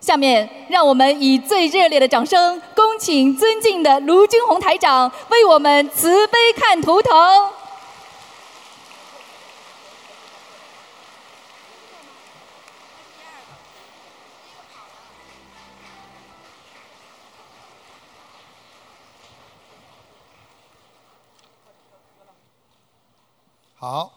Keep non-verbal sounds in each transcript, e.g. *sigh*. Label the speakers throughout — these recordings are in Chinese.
Speaker 1: 下面，让我们以最热烈的掌声，恭请尊敬的卢军红台长为我们慈悲看图腾。
Speaker 2: 好，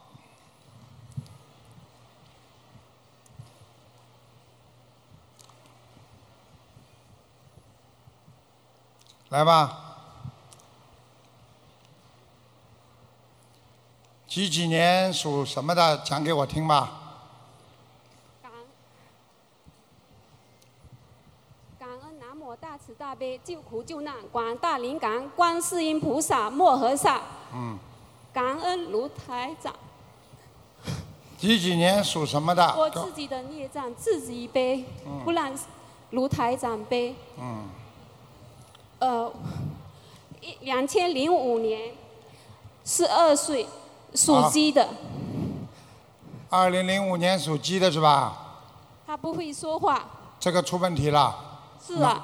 Speaker 2: 来吧。几几年属什么的，讲给我听吧。
Speaker 3: 感恩感恩南无大慈大悲救苦救难广大灵感观世音菩萨摩诃萨，
Speaker 2: 嗯，
Speaker 3: 感恩卢台长，
Speaker 2: 几几年属什么的？
Speaker 3: 我自己的孽障自己背，不让卢台长背。
Speaker 2: 嗯，
Speaker 3: 呃，一两千零五年，十二岁，属
Speaker 2: 好
Speaker 3: 鸡的，
Speaker 2: 二零零五年属鸡的是吧？
Speaker 3: 他不会说话，
Speaker 2: 这个出问题了，
Speaker 3: 是啊，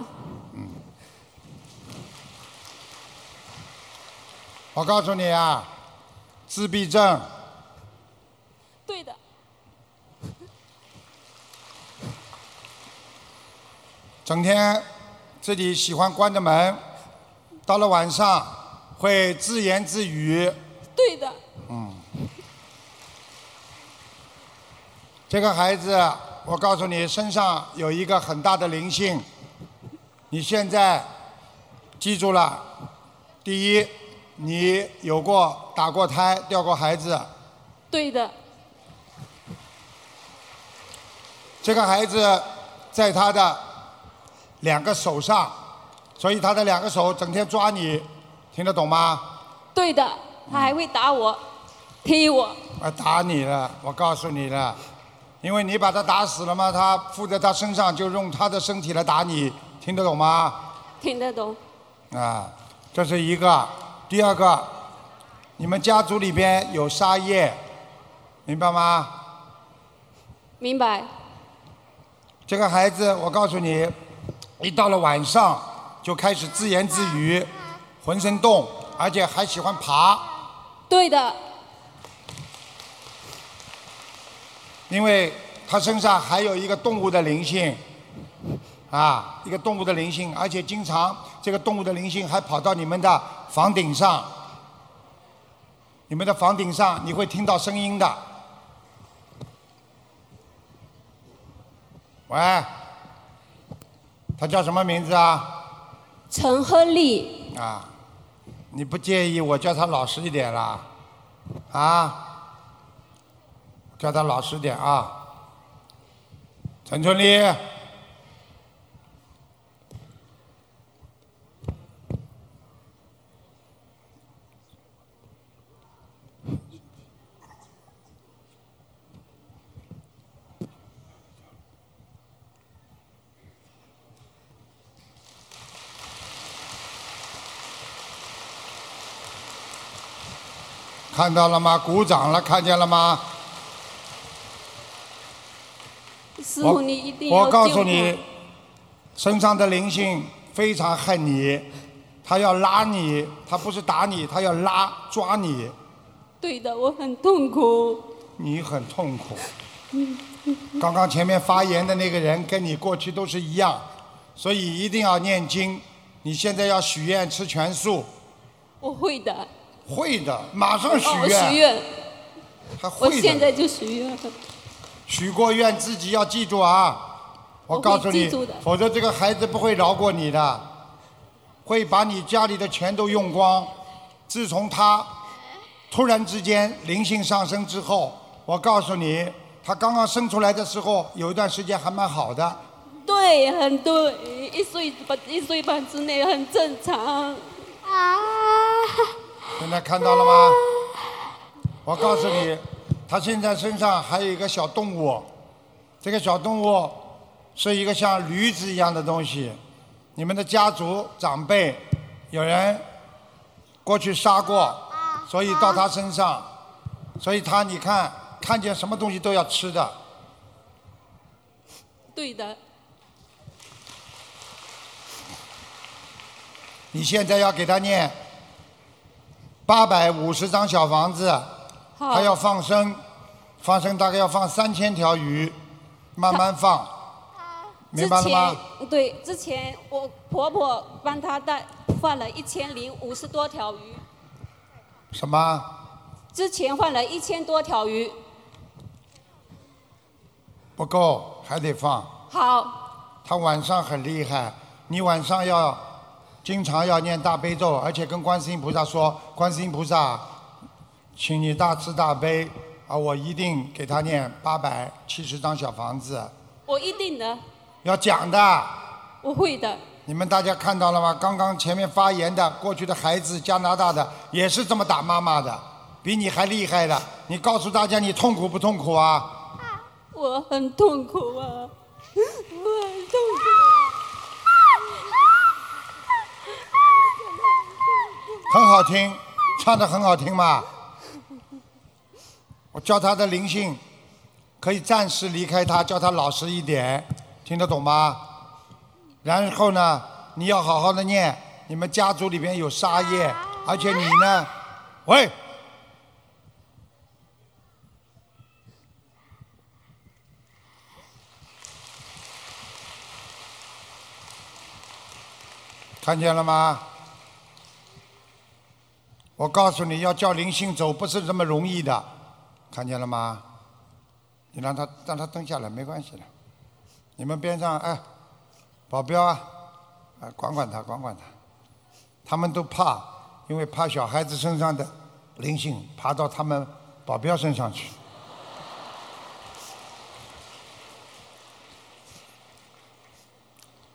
Speaker 2: 我告诉你啊，自闭症。
Speaker 3: 对的，
Speaker 2: 整天自己喜欢关着门，到了晚上会自言自语，
Speaker 3: 对的，
Speaker 2: 嗯。这个孩子，我告诉你，身上有一个很大的灵性。你现在记住了，第一，你有过打过胎、掉过孩子，
Speaker 3: 对的，
Speaker 2: 这个孩子在他的两个手上，所以他的两个手整天抓你，听得懂吗？
Speaker 3: 对的，他还会打我，踢我，
Speaker 2: 啊，打你了，我告诉你了，因为你把他打死了嘛，他附在他身上就用他的身体来打你，听得懂吗？
Speaker 3: 听得懂？
Speaker 2: 啊，这是一个，第二个，你们家族里边有杀业，明白吗？
Speaker 3: 明白？
Speaker 2: 这个孩子，我告诉你，一到了晚上就开始自言自语，浑身动，而且还喜欢爬，
Speaker 3: 对的，
Speaker 2: 因为他身上还有一个动物的灵性，啊，一个动物的灵性，而且经常这个动物的灵性还跑到你们的房顶上，你们的房顶上你会听到声音的。喂，他叫什么名字啊？
Speaker 3: 陈亨利，
Speaker 2: 啊，你不介意我叫他老实一点啦？啊，叫他老实点啊。陈春丽，看到了吗？鼓掌了，看见了吗？
Speaker 3: 师
Speaker 2: 我
Speaker 3: 傅你一定要
Speaker 2: 我告
Speaker 3: 救
Speaker 2: 诉
Speaker 3: 他
Speaker 2: 你，身上的灵性非常恨你，他要拉你，他不是打你，他要拉抓你，
Speaker 3: 对的，我很痛苦。嗯
Speaker 2: 你很痛苦。刚刚前面发言的那个人跟你过去都是一样，所以一定要念经。你现在要许愿吃全素，
Speaker 3: 我会的，
Speaker 2: 会的，马上许
Speaker 3: 哦我
Speaker 2: 愿，
Speaker 3: 许愿，
Speaker 2: 他
Speaker 3: 我
Speaker 2: 会
Speaker 3: 现
Speaker 2: 的。
Speaker 3: 在就许愿。
Speaker 2: 许过愿自己要记住啊，我
Speaker 3: 我会
Speaker 2: 告诉你
Speaker 3: 记住的，
Speaker 2: 否则这个孩子不会饶过你的，会把你家里的钱都用光。自从他突然之间灵性上升之后，我告诉你，他刚刚生出来的时候有一段时间还蛮好的，
Speaker 3: 对，很多一岁半一岁半之内很正常。
Speaker 2: 现在看到了吗？我告诉你，他现在身上还有一个小动物，这个小动物是一个像驴子一样的东西。你们的家族长辈有人过去杀过，所以到他身上，所以他你看看见什么东西都要吃的。
Speaker 3: 对的，
Speaker 2: 你现在要给他念八百五十张小房子，
Speaker 3: 好
Speaker 2: 他要放生，放生大概要放三千条鱼，慢慢放，明白了吗？
Speaker 3: 之前对，之前我婆婆帮她带放了一千零五十多条鱼，
Speaker 2: 什么？
Speaker 3: 之前放了一千多条鱼。
Speaker 2: 不够，还得放。
Speaker 3: 好，
Speaker 2: 他晚上很厉害，你晚上要经常要念大悲咒，而且跟观世音菩萨说：“观世音菩萨，请你大慈大悲啊，我一定给他念八百七十张小房子。
Speaker 3: 我一定的，”
Speaker 2: 要讲的，
Speaker 3: 我会的。
Speaker 2: 你们大家看到了吗？刚刚前面发言的过去的孩子，加拿大的也是这么打妈妈的，比你还厉害的。你告诉大家你痛苦不痛苦啊？
Speaker 3: 我很痛苦啊，我很痛苦、啊
Speaker 2: 很好听，唱的很好听嘛。我叫他的灵性可以暂时离开他，叫他老实一点，听得懂吗？然后呢，你要好好的念。你们家族里边有沙业，而且你呢，喂，看见了吗？我告诉你要叫灵性走不是这么容易的，看见了吗？你让他让他蹲下来，没关系的。你们边上哎，保镖啊，啊管管他，管管他。他们都怕，因为怕小孩子身上的灵性爬到他们保镖身上去。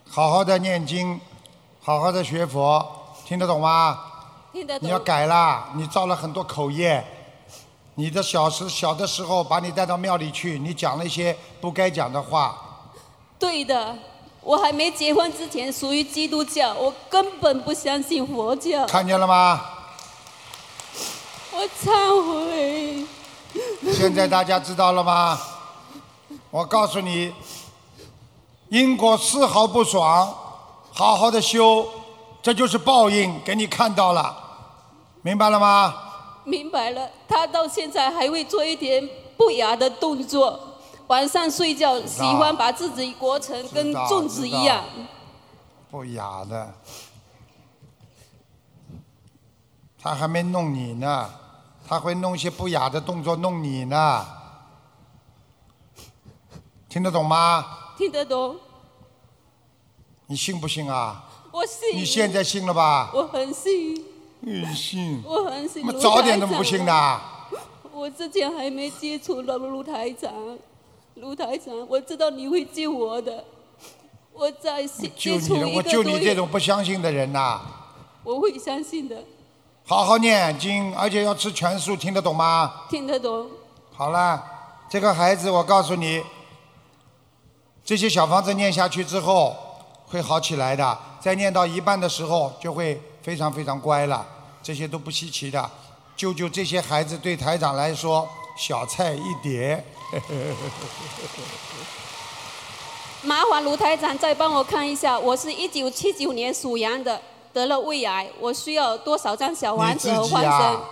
Speaker 2: 好好的念经，好好的学佛，听得懂吗？
Speaker 3: 啊，听得懂
Speaker 2: 你要改啦，你造了很多口业。你的小时小的时候把你带到庙里去，你讲了一些不该讲的话，
Speaker 3: 对的，我还没结婚之前属于基督教，我根本不相信佛教。
Speaker 2: 看见了吗？
Speaker 3: 我忏悔，
Speaker 2: 现在大家知道了吗？我告诉你，因果丝毫不爽，好好的修，这就是报应，给你看到了，明白了吗？
Speaker 3: 明白了。他到现在还会做一点不雅的动作，晚上睡觉喜欢把自己裹成跟粽子一样。
Speaker 2: 哦不雅的，他还没弄你呢，他会弄一些不雅的动作弄你呢，听得懂吗？
Speaker 3: 听得懂？
Speaker 2: 你信不信啊？
Speaker 3: 我信。
Speaker 2: 你现在信了吧？
Speaker 3: 我很信，
Speaker 2: 你信？
Speaker 3: 我很信
Speaker 2: 那么
Speaker 3: 卢台长。
Speaker 2: 早点怎么不信呢？
Speaker 3: 我之前还没接触到卢台长，卢台长，我知道你会救我的。我在接
Speaker 2: 就
Speaker 3: 接触
Speaker 2: 你了，
Speaker 3: 一
Speaker 2: 我
Speaker 3: 个
Speaker 2: 就
Speaker 3: 多
Speaker 2: 你这
Speaker 3: 月，
Speaker 2: 种不相信的人呐、
Speaker 3: 我会相信的，
Speaker 2: 好好念经，而且要吃全素，听得懂吗？
Speaker 3: 听得懂。
Speaker 2: 好了，这个孩子，我告诉你，这些小房子念下去之后会好起来的。再念到一半的时候，就会非常非常乖了，这些都不稀奇的。救救这些孩子，对台长来说小菜一碟。
Speaker 3: 麻烦卢台长再帮我看一下，我是一九七九年属羊的，得了胃癌，我需要多少张
Speaker 2: *laughs*
Speaker 3: 小
Speaker 2: 你
Speaker 3: 丸
Speaker 2: 自
Speaker 3: 子和
Speaker 2: 己
Speaker 3: 换
Speaker 2: 啊
Speaker 3: 生？，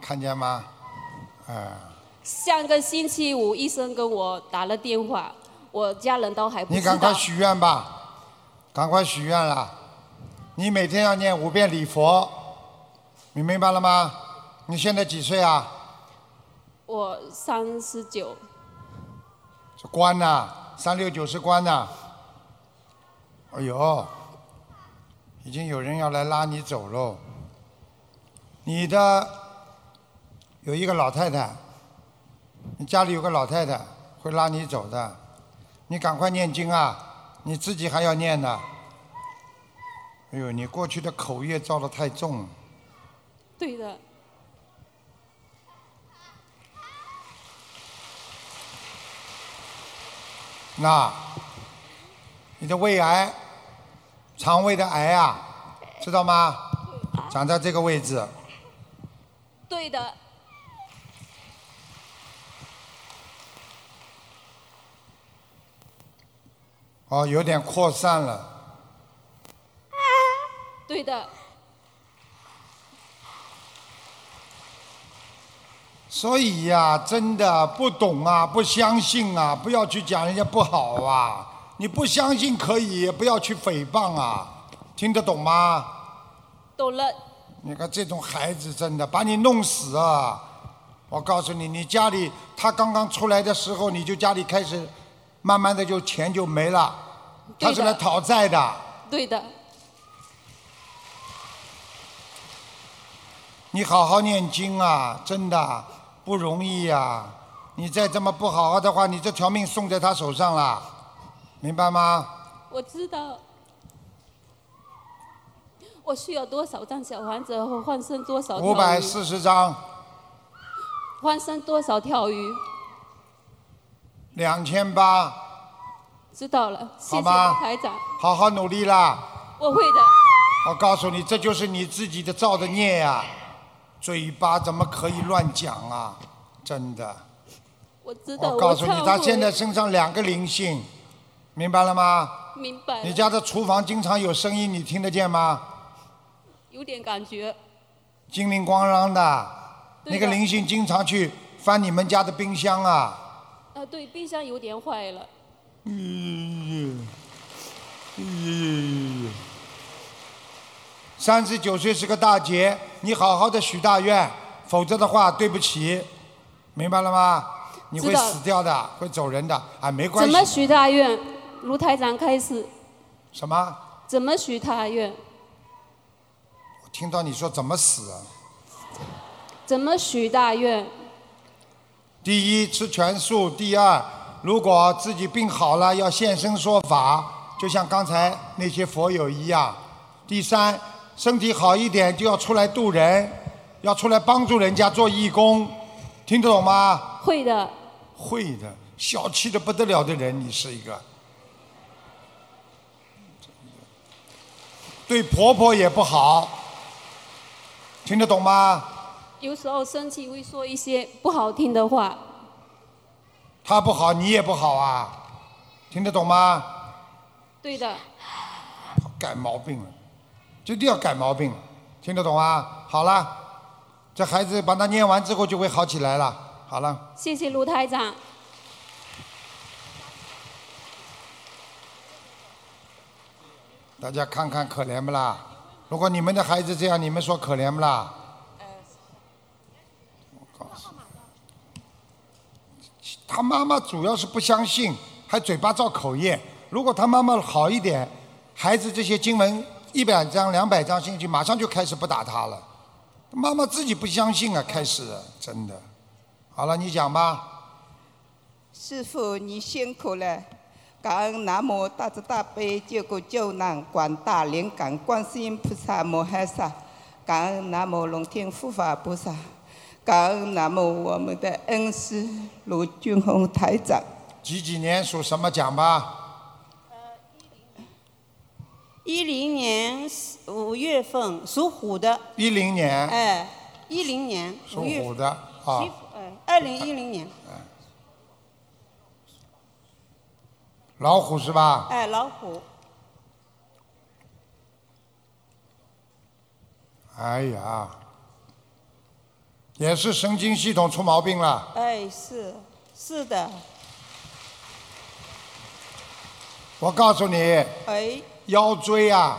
Speaker 2: 看见吗？啊、
Speaker 3: 上个星期五医生跟我打了电话，我家人都还不
Speaker 2: 你
Speaker 3: 知
Speaker 2: 赶快
Speaker 3: 道。
Speaker 2: 许愿吧，赶快许愿了。你每天要念五遍礼佛，你明白了吗？你现在几岁啊？
Speaker 3: 我三十九，
Speaker 2: 是官呐、三六九是官呐、哎呦，已经有人要来拉你走喽。你的有一个老太太，你家里有个老太太会拉你走的，你赶快念经啊！你自己还要念呢。哎呦，你过去的口业造的太重，
Speaker 3: 对的，
Speaker 2: 那你的胃癌、肠胃的癌啊，知道吗？长在这个位置。
Speaker 3: 对的，
Speaker 2: 哦，有点扩散了，
Speaker 3: 对的，
Speaker 2: 所以呀、真的不懂啊，不相信啊，不要去讲人家不好啊。你不相信可以，也不要去诽谤啊，听得懂吗？
Speaker 3: 懂了，
Speaker 2: 你看这种孩子真的把你弄死啊！我告诉你，你家里他刚刚出来的时候，你就家里开始慢慢的就钱就没了，他
Speaker 3: 对
Speaker 2: 是
Speaker 3: 的
Speaker 2: 来讨债的。
Speaker 3: 对的，
Speaker 2: 你好好念经啊，真的不容易呀、啊！你再这么不好好的话，你这条命送在他手上了，明白吗？
Speaker 3: 我知道。我需要多少张小房子和换身多少条鱼？
Speaker 2: 五百四十张，
Speaker 3: 换身多少条鱼？
Speaker 2: 两千八，
Speaker 3: 知道了，谢
Speaker 2: 好
Speaker 3: 谢
Speaker 2: 吧
Speaker 3: 台长，
Speaker 2: 好好努力啦！
Speaker 3: 我会的。
Speaker 2: 我告诉你，这就是你自己的造的孽呀、嘴巴怎么可以乱讲啊？真的，
Speaker 3: 我知道，
Speaker 2: 我
Speaker 3: 我
Speaker 2: 告诉你
Speaker 3: 忏，悔
Speaker 2: 他现在身上两个灵性，明白了吗？
Speaker 3: 明白了
Speaker 2: 你家的厨房经常有声音，你听得见吗？
Speaker 3: 有点感觉，
Speaker 2: 叮铃咣啷的，
Speaker 3: 对
Speaker 2: 那
Speaker 3: 的
Speaker 2: 个灵性经常去翻你们家的冰箱啊。
Speaker 3: 啊，对，冰箱有点坏了，
Speaker 2: 三十九岁是个大劫，你好好的许大愿，否则的话，对不起，明白了吗？你会
Speaker 3: 知道了
Speaker 2: 死掉的，会走人的啊，没关
Speaker 3: 怎么
Speaker 2: 系。
Speaker 3: 许大愿？如台长开始，
Speaker 2: 什么？
Speaker 3: 怎么许大愿？
Speaker 2: 我听到你说怎么死啊？
Speaker 3: 怎么许大愿？
Speaker 2: 第一吃全素，第二如果自己病好了要现身说法，就像刚才那些佛友一样。第三，身体好一点就要出来度人，要出来帮助人家做义工，听得懂吗？
Speaker 3: 会的，
Speaker 2: 会的，小气的不得了的人，你是一个。对婆婆也不好，听得懂吗？
Speaker 3: 有时候生气会说一些不好听的话，
Speaker 2: 她不好，你也不好啊，听得懂吗？
Speaker 3: 对的，
Speaker 2: 改毛病了，就一定要改毛病了，听得懂啊？好了，这孩子把它念完之后就会好起来了。好了，
Speaker 3: 谢谢卢台长。
Speaker 2: 大家看看可怜不啦？如果你们的孩子这样，你们说可怜不啦？我告诉你他妈妈主要是不相信，还嘴巴造口业。如果他妈妈好一点，孩子这些经文一百张、两百张进去，马上就开始不打他了。妈妈自己不相信啊，开始真的。好了，你讲吧。
Speaker 4: 师傅，你辛苦了。感恩南无大慈大悲救苦救难广大灵感观世音菩萨摩诃萨，感恩南无龙天护法菩萨，感恩南无我们的恩师卢俊宏台长。
Speaker 2: 几几年属什么讲吧？
Speaker 5: 一零年五月份属虎的，
Speaker 2: 一零年
Speaker 5: 哎，一零年
Speaker 2: 属
Speaker 5: 五月
Speaker 2: 虎
Speaker 5: 份，
Speaker 2: 的啊
Speaker 5: 属，哎，二零一零年，
Speaker 2: 老虎是吧？
Speaker 5: 哎，老虎，
Speaker 2: 哎呀，也是神经系统出毛病了。
Speaker 5: 哎，是是的，
Speaker 2: 我告诉你，
Speaker 5: 哎，
Speaker 2: 腰椎啊，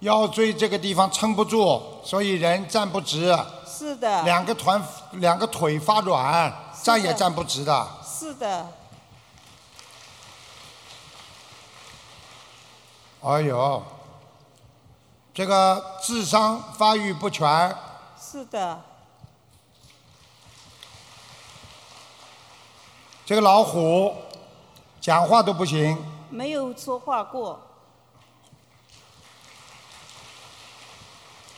Speaker 2: 腰椎这个地方撑不住，所以人站不直，
Speaker 5: 是的，
Speaker 2: 两个团两个腿发软，站也
Speaker 5: 是的
Speaker 2: 站不直的。
Speaker 5: 是的，
Speaker 2: 哎呦，这个智商发育不全，
Speaker 5: 是的，
Speaker 2: 这个老虎讲话都不行。
Speaker 5: 没有说话过，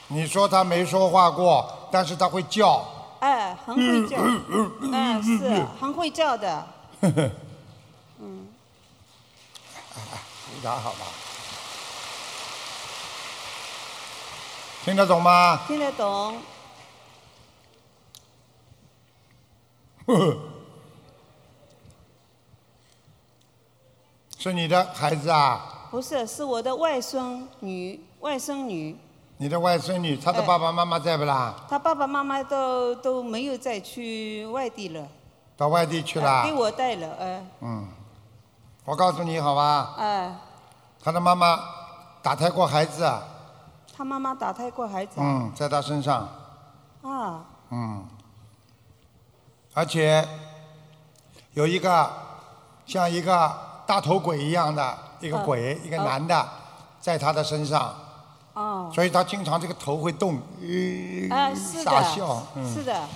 Speaker 2: 你说他没说话过，但是他会叫，
Speaker 5: 哎，很会叫，
Speaker 2: 嗯
Speaker 5: 哎，是很会叫的，嗯
Speaker 2: 回答好吧？听得懂吗？
Speaker 5: 听得
Speaker 2: *laughs*
Speaker 5: 懂，
Speaker 2: 是你的孩子啊，啊
Speaker 5: 不是，是我的外孙女，外孙女，
Speaker 2: 你的外孙女，她的爸爸妈妈在不啦？
Speaker 5: 他爸爸妈妈都都没有再去外地了，
Speaker 2: 到外地去
Speaker 5: 啊
Speaker 2: 啦
Speaker 5: 给？我带了，呃，
Speaker 2: 嗯，我告诉你好吧，
Speaker 5: 哎，
Speaker 2: 她的妈妈打胎过孩子啊，
Speaker 5: 他妈妈打胎过孩子啊，
Speaker 2: 嗯，在她身上，
Speaker 5: 啊，
Speaker 2: 嗯，而且有一个像一个大头鬼一样的一个鬼，
Speaker 5: 嗯
Speaker 2: 一个男的，在她的身上，
Speaker 5: 哦，
Speaker 2: 所以她经常这个头会动，嗯
Speaker 5: 啊，是
Speaker 2: 傻笑
Speaker 5: 的，，是
Speaker 2: 嗯，
Speaker 5: 的，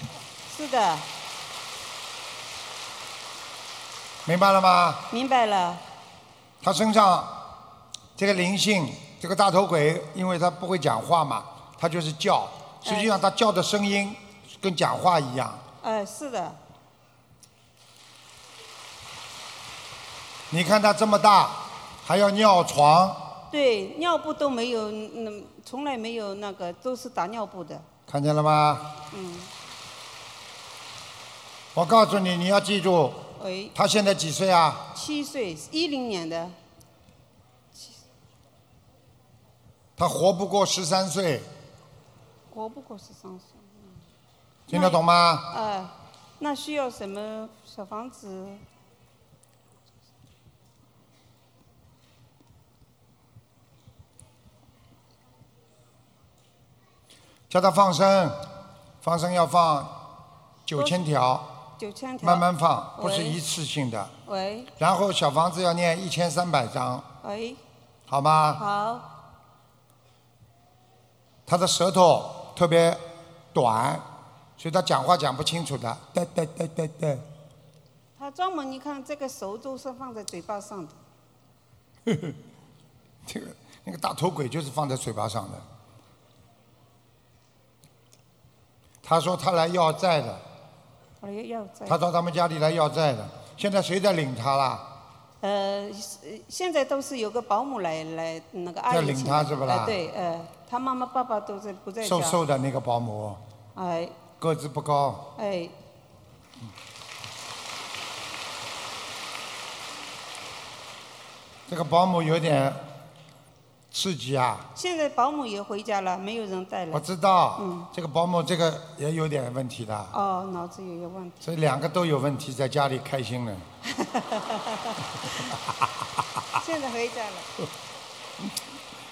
Speaker 5: 是的，
Speaker 2: 明白了吗？
Speaker 5: 明白了，
Speaker 2: 他身上这个灵性，这个大头鬼，因为他不会讲话嘛，他就是叫。实际上他叫的声音跟讲话一样。
Speaker 5: 哎，是的，
Speaker 2: 你看他这么大，还要尿床，
Speaker 5: 对，尿布都没有，嗯，从来没有那个，都是打尿布的，
Speaker 2: 看见了吗？
Speaker 5: 嗯，
Speaker 2: 我告诉你，你要记住，
Speaker 5: 喂，
Speaker 2: 他现在几岁啊？
Speaker 5: 七岁，一零年的，
Speaker 2: 他活不过十三岁，
Speaker 5: 活不过十三岁，
Speaker 2: 听得懂吗？
Speaker 5: 哎，那需要什么小房子？
Speaker 2: 叫他放生，放生要放九千条，
Speaker 5: 九千条，
Speaker 2: 慢慢放，不是
Speaker 5: 喂
Speaker 2: 一次性的。
Speaker 5: 喂
Speaker 2: 然后小房子要念一千三百张，
Speaker 5: 喂，
Speaker 2: 好吗？
Speaker 5: 好，
Speaker 2: 他的舌头特别短，所以他讲话讲不清楚的。对对对对对，
Speaker 5: 他专门你看这个手都是放在嘴巴上的，
Speaker 2: *laughs* 这个那个大头鬼就是放在嘴巴上的。他说他来要债的，
Speaker 5: 我要要在，
Speaker 2: 他到他们家里来要债的。现在谁在领他啦？
Speaker 5: 呃，是现在都是有个保姆来来那个阿姨
Speaker 2: 要领
Speaker 5: 请
Speaker 2: 他是不
Speaker 5: 哎
Speaker 2: 啦
Speaker 5: 对，呃，他妈妈爸爸都在不在家，
Speaker 2: 瘦瘦的那个保姆，
Speaker 5: 哎
Speaker 2: 个子不高，
Speaker 5: 哎，
Speaker 2: 这个保姆有点刺激啊。
Speaker 5: 现在保姆也回家了，没有人带
Speaker 2: 我
Speaker 5: 了，
Speaker 2: 知道，
Speaker 5: 嗯
Speaker 2: 这个保姆这个也有点问题的。
Speaker 5: 哦，脑子有有问题，
Speaker 2: 所以两个都有问题，在家里开心了。
Speaker 5: 现在回家了，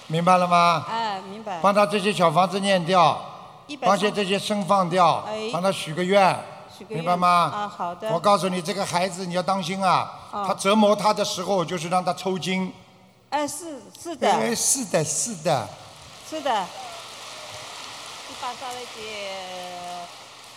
Speaker 2: 明白了吗？
Speaker 5: 哎，明白，
Speaker 2: 帮他这些小房子念掉，
Speaker 5: 一百
Speaker 2: 帮些这些生放掉
Speaker 5: 哎，
Speaker 2: 帮他许个愿，
Speaker 5: 许个愿
Speaker 2: 明白吗？
Speaker 5: 啊好的
Speaker 2: 我告诉你，这个孩子你要当心啊，
Speaker 5: 哦
Speaker 2: 他折磨他的时候就是让他抽筋。
Speaker 5: 哎是是
Speaker 2: 哎，
Speaker 5: 的，
Speaker 2: 是的，是的，
Speaker 5: 是的，一百三十几，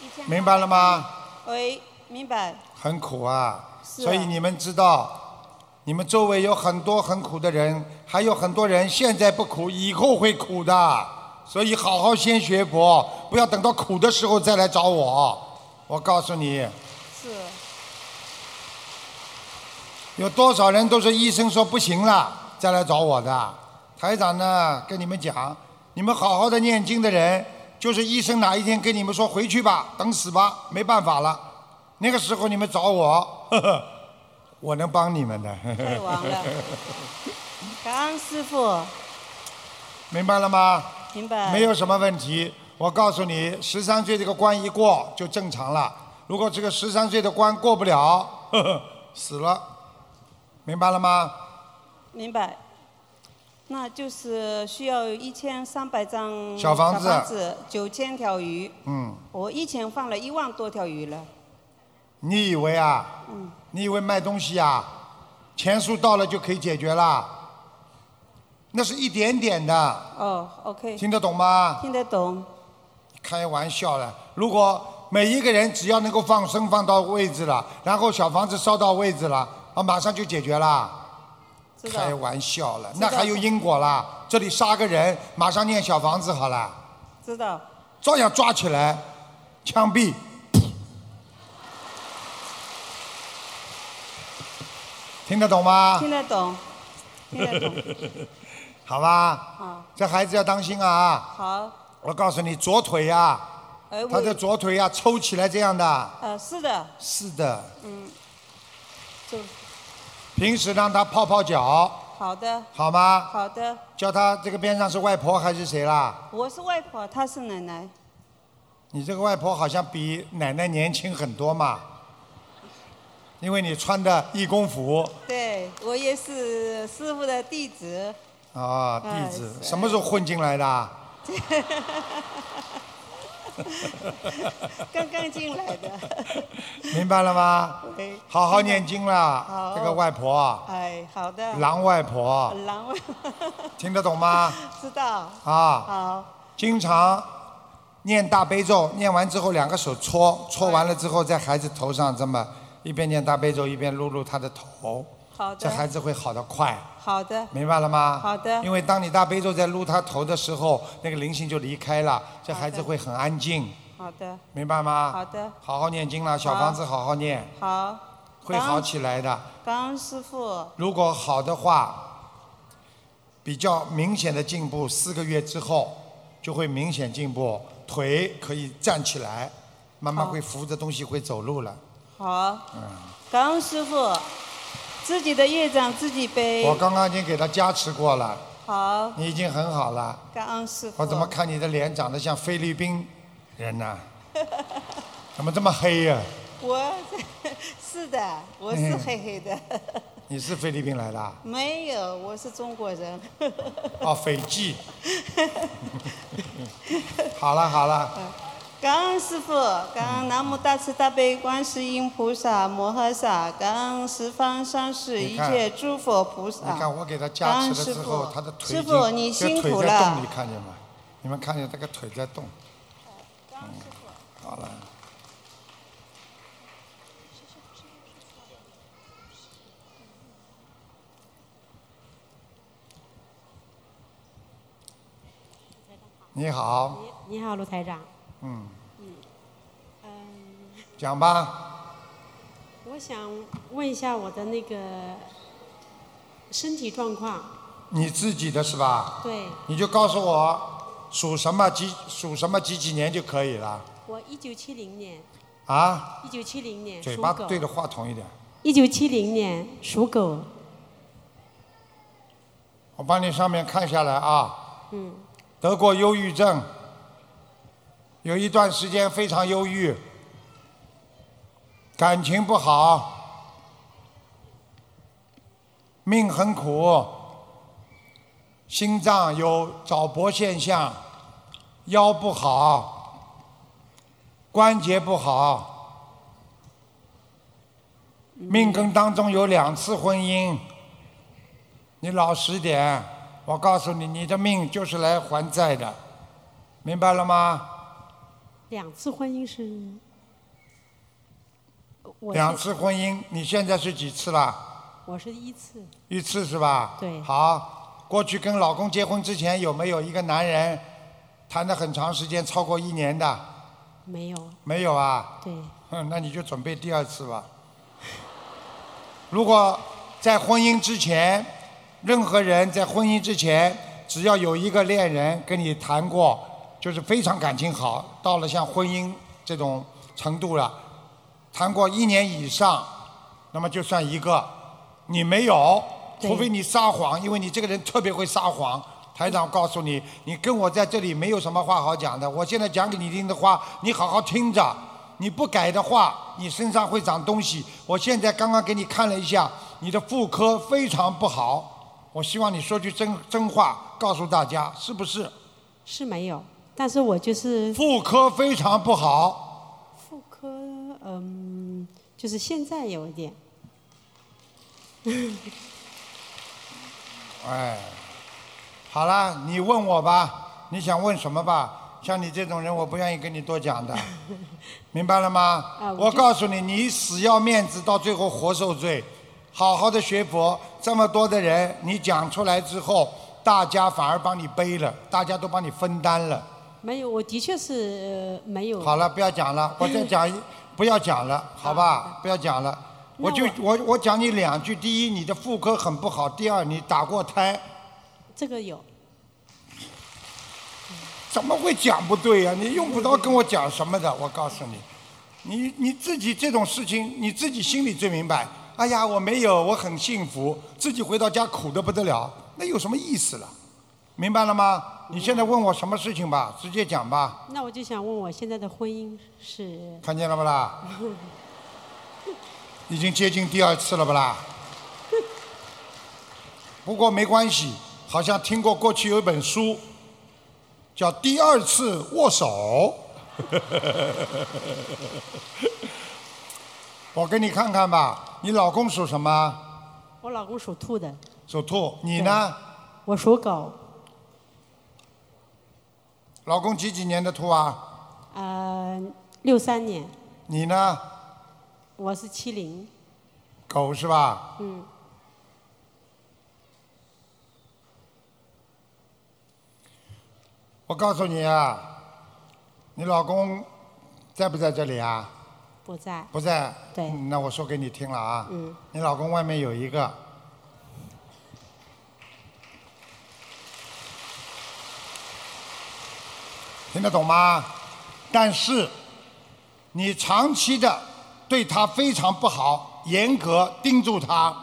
Speaker 5: 一千，
Speaker 2: 明白了？吗？
Speaker 5: 喂，明白，
Speaker 2: 很苦啊，
Speaker 5: 是啊
Speaker 2: 所以你们知道，你们周围有很多很苦的人，还有很多人现在不苦，以后会苦的。所以好好先学佛，不要等到苦的时候再来找我。我告诉你。
Speaker 5: 是。
Speaker 2: 有多少人都是医生说不行了再来找我的？台长呢，跟你们讲，你们好好的念经的人，就是医生哪一天跟你们说回去吧，等死吧，没办法了，那个时候你们找我， *laughs* 呵呵我能帮你们的，呵呵
Speaker 5: 太晚了。感恩师傅，
Speaker 2: 明白了吗？
Speaker 5: 明白。
Speaker 2: 没有什么问题。我告诉你，十三岁这个关一过就正常了。如果这个十三岁的关过不了，呵呵死了，明白了吗？
Speaker 5: 明白。那就是需要一千三百张
Speaker 2: 小房子
Speaker 5: 子，九千条鱼。
Speaker 2: 嗯。
Speaker 5: 我以前放了一万多条鱼了，嗯
Speaker 2: 你以为啊？你以为卖东西啊，钱数到了就可以解决啦？那是一点点的，
Speaker 5: 哦，OK，
Speaker 2: 听得懂吗？
Speaker 5: 听得懂，
Speaker 2: 开玩笑了。如果每一个人只要能够放生放到位置了，然后小房子烧到位置了，啊，马上就解决啦。
Speaker 5: 知道
Speaker 2: 开玩笑了，
Speaker 5: 知
Speaker 2: 那
Speaker 5: 道
Speaker 2: 还有因果啦？这里杀个人，马上念小房子好了，
Speaker 5: 知道，
Speaker 2: 照样抓起来，枪毙。听得懂吗？
Speaker 5: 听得懂，听得懂。
Speaker 2: *laughs* 好吧，
Speaker 5: 好，
Speaker 2: 这孩子要当心啊！
Speaker 5: 好，
Speaker 2: 我告诉你，左腿呀、
Speaker 5: 哎，
Speaker 2: 他
Speaker 5: 我
Speaker 2: 的左腿呀、啊抽起来这样的。
Speaker 5: 呃是的，嗯
Speaker 2: 是的，
Speaker 5: 就
Speaker 2: 平时让他泡泡脚，
Speaker 5: 好的，
Speaker 2: 好吗？
Speaker 5: 好的。
Speaker 2: 叫他这个边上是外婆还是谁啦？
Speaker 5: 我是外婆，她是奶奶。
Speaker 2: 你这个外婆好像比奶奶年轻很多嘛，因为你穿的义工服
Speaker 5: 对我也是师傅的弟子。 *laughs*
Speaker 2: 啊，
Speaker 5: 哎
Speaker 2: 弟子
Speaker 5: 是
Speaker 2: 什么时候混进来的啊？
Speaker 5: *laughs* 刚刚进来的。
Speaker 2: 明白了吗？
Speaker 5: 哎
Speaker 2: 好好念经啦
Speaker 5: 好，
Speaker 2: 这个外婆啊，
Speaker 5: 哎，好的。
Speaker 2: 狼外婆，
Speaker 5: 狼外，
Speaker 2: 听得懂吗？
Speaker 5: 知道。
Speaker 2: 啊，
Speaker 5: 好，
Speaker 2: 经常念大悲咒，念完之后两个手搓，搓完了之后在孩子头上这么一边念大悲咒一边撸撸他的头，
Speaker 5: 好
Speaker 2: 这孩
Speaker 5: 的，
Speaker 2: 子会好得快，
Speaker 5: 好的，
Speaker 2: 明白了吗？
Speaker 5: 好的
Speaker 2: 因为当你大悲咒在撸他头的时候，那个灵性就离开了，这孩子会很安静，
Speaker 5: 好的，
Speaker 2: 明白吗？
Speaker 5: 好的，
Speaker 2: 好好念经啦，小房子好好念，
Speaker 5: 好。
Speaker 2: 会好起来的。
Speaker 5: 感恩师傅，
Speaker 2: 如果好的话，比较明显的进步，四个月之后就会明显进步，腿可以站起来，慢慢
Speaker 5: 好
Speaker 2: 会扶着东西会走路了。
Speaker 5: 好。
Speaker 2: 嗯
Speaker 5: 感恩师傅，自己的业障自己背
Speaker 2: 我。刚刚已经给他加持过了，
Speaker 5: 好，
Speaker 2: 你已经很好了。
Speaker 5: 感恩师傅。
Speaker 2: 我怎么看你的脸长得像菲律宾人
Speaker 5: *laughs*
Speaker 2: 呢、怎么这么黑呀、
Speaker 5: 我是的，我是黑黑的，
Speaker 2: 你是菲律宾来的啊？
Speaker 5: 没有，我是中国人。
Speaker 2: 哦，斐
Speaker 5: *laughs*
Speaker 2: 济。好了好了。
Speaker 5: 啊感恩师父，感恩南无大慈大悲观世音菩萨摩诃萨，感恩十方三世
Speaker 2: 你
Speaker 5: 一
Speaker 2: 看
Speaker 5: 切诸佛菩萨。
Speaker 2: 你看我给他加持的时候，他
Speaker 5: 感
Speaker 2: 的
Speaker 5: 恩
Speaker 2: 腿
Speaker 5: 师
Speaker 2: 已
Speaker 5: 父，师
Speaker 2: 经
Speaker 5: 父你
Speaker 2: 这
Speaker 5: 辛苦
Speaker 2: 腿在动，
Speaker 5: 了
Speaker 2: 你。看见吗？你们看见这个腿在动。嗯，好了。你好，
Speaker 6: 你好，卢台长。
Speaker 2: 嗯，
Speaker 6: 嗯，
Speaker 2: 讲吧，
Speaker 6: 我想问一下我的那个身体状况。
Speaker 2: 你自己的是吧？
Speaker 6: 对
Speaker 2: 你就告诉我属什么几属什么几几年就可以了
Speaker 6: 我一九七零年，
Speaker 2: 啊？
Speaker 6: 一九七零年
Speaker 2: 嘴
Speaker 6: 属
Speaker 2: 巴
Speaker 6: 狗。
Speaker 2: 对着话筒一点。
Speaker 6: 一九七零年属狗。
Speaker 2: 我帮你上面看下来啊，
Speaker 6: 嗯，
Speaker 2: 得过忧郁症，有一段时间非常忧郁，感情不好，命很苦，心脏有早搏现象，腰不好，关节不好，命根当中有两次婚姻。你老实点，我告诉你，你的命就是来还债的，明白了吗？
Speaker 6: 两次婚姻是。我是
Speaker 2: 两次婚姻，你现在是几次了？
Speaker 6: 我是一次，
Speaker 2: 一次是吧？
Speaker 6: 对
Speaker 2: 好，过去跟老公结婚之前，有没有一个男人谈了很长时间，超过一年的？
Speaker 6: 没有。
Speaker 2: 没有啊？
Speaker 6: 对，
Speaker 2: 哼，那你就准备第二次吧。如果在婚姻之前，任何人在婚姻之前，只要有一个恋人跟你谈过，就是非常感情好，到了像婚姻这种程度了，谈过一年以上，那么就算一个。你没有，
Speaker 6: 对
Speaker 2: 除非你撒谎，因为你这个人特别会撒谎。台长告诉你，你跟我在这里没有什么话好讲的。我现在讲给你听的话，你好好听着。你不改的话，你身上会长东西。我现在刚刚给你看了一下，你的妇科非常不好。我希望你说句真真话，告诉大家是不是？
Speaker 6: 是没有。但是我就是
Speaker 2: 妇科非常不好，
Speaker 6: 妇科，嗯，就是现在有一点。
Speaker 2: *laughs* 哎，好了，你问我吧，你想问什么吧？像你这种人，我不愿意跟你多讲
Speaker 6: *laughs*
Speaker 2: 的，明白了吗？
Speaker 6: 啊我
Speaker 2: 我
Speaker 6: 就
Speaker 2: 告诉你，你死要面子，到最后活受罪。好好的学佛，这么多的人，你讲出来之后，大家反而帮你背了，大家都帮你分担了。
Speaker 6: 没有，我的确是、呃、没有。
Speaker 2: 好了，不要讲了，我再讲一，不要讲了，好吧？不要讲了，
Speaker 6: 那
Speaker 2: 我就
Speaker 6: 我
Speaker 2: 我我讲你两句：第一，你的妇科很不好；第二，你打过胎。
Speaker 6: 这个有，
Speaker 2: 怎么会讲不对呀、你用不着跟我讲什么的，我告诉你，你你自己这种事情你自己心里最明白。啊、哎呀，我没有，我很幸福，自己回到家苦的不得了，那有什么意思了？明白了吗？你现在问我什么事情吧，直接讲吧，
Speaker 6: 那我就想问，我现在的婚姻是
Speaker 2: 看见了不啦？已经接近第二次了不啦？不过没关系，好像听过过去有一本书叫《第二次握手》，我给你看看吧。你老公属什么？
Speaker 6: 我老公属兔的，
Speaker 2: 属兔。你呢？
Speaker 6: 我属狗，
Speaker 2: 老公几几年的兔啊？
Speaker 6: 呃，六三年，
Speaker 2: 你呢？
Speaker 6: 我是七零，
Speaker 2: 狗是吧？
Speaker 6: 嗯，
Speaker 2: 我告诉你啊，你老公在不在这里啊？
Speaker 6: 不在，
Speaker 2: 不在。
Speaker 6: 对
Speaker 2: 嗯那我说给你听了啊。
Speaker 6: 嗯。
Speaker 2: 你老公外面有一个。听得懂吗？但是，你长期的对他非常不好，严格盯住他，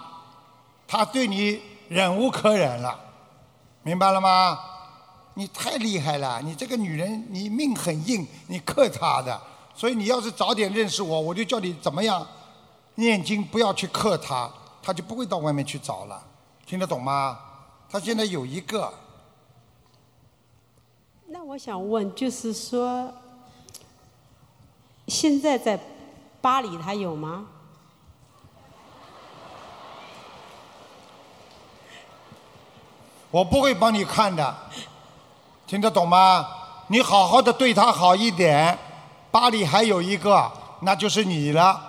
Speaker 2: 他对你忍无可忍了，明白了吗？你太厉害了，你这个女人，你命很硬，你克他的。所以你要是早点认识我，我就叫你怎么样念经，不要去克他，他就不会到外面去找了。听得懂吗？他现在有一个，
Speaker 6: 那我想问，就是说，现在在巴黎他有吗？
Speaker 2: 我不会帮你看的，听得懂吗？你好好的对他好一点。巴黎还有一个，那就是你了。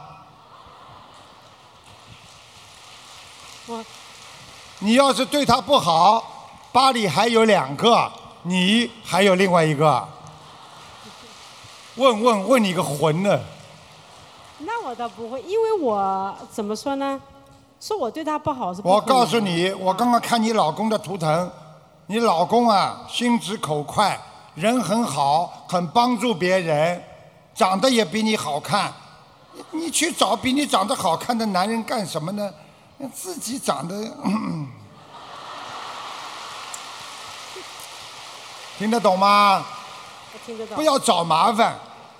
Speaker 6: 我
Speaker 2: 你要是对他不好，巴黎还有两个，你还有另外一个。问问问你个魂呢？
Speaker 6: 那我倒不会，因为我怎么说呢？说我对他不好是不
Speaker 2: 我
Speaker 6: 可能
Speaker 2: 告诉你，我刚刚看你老公的图腾，你老公啊，心直口快，人很好，很帮助别人，长得也比你好看。你你去找比你长得好看的男人干什么呢？自己长得， *clears throat* 听得懂吗？
Speaker 6: 我听得到。
Speaker 2: 不要找麻烦，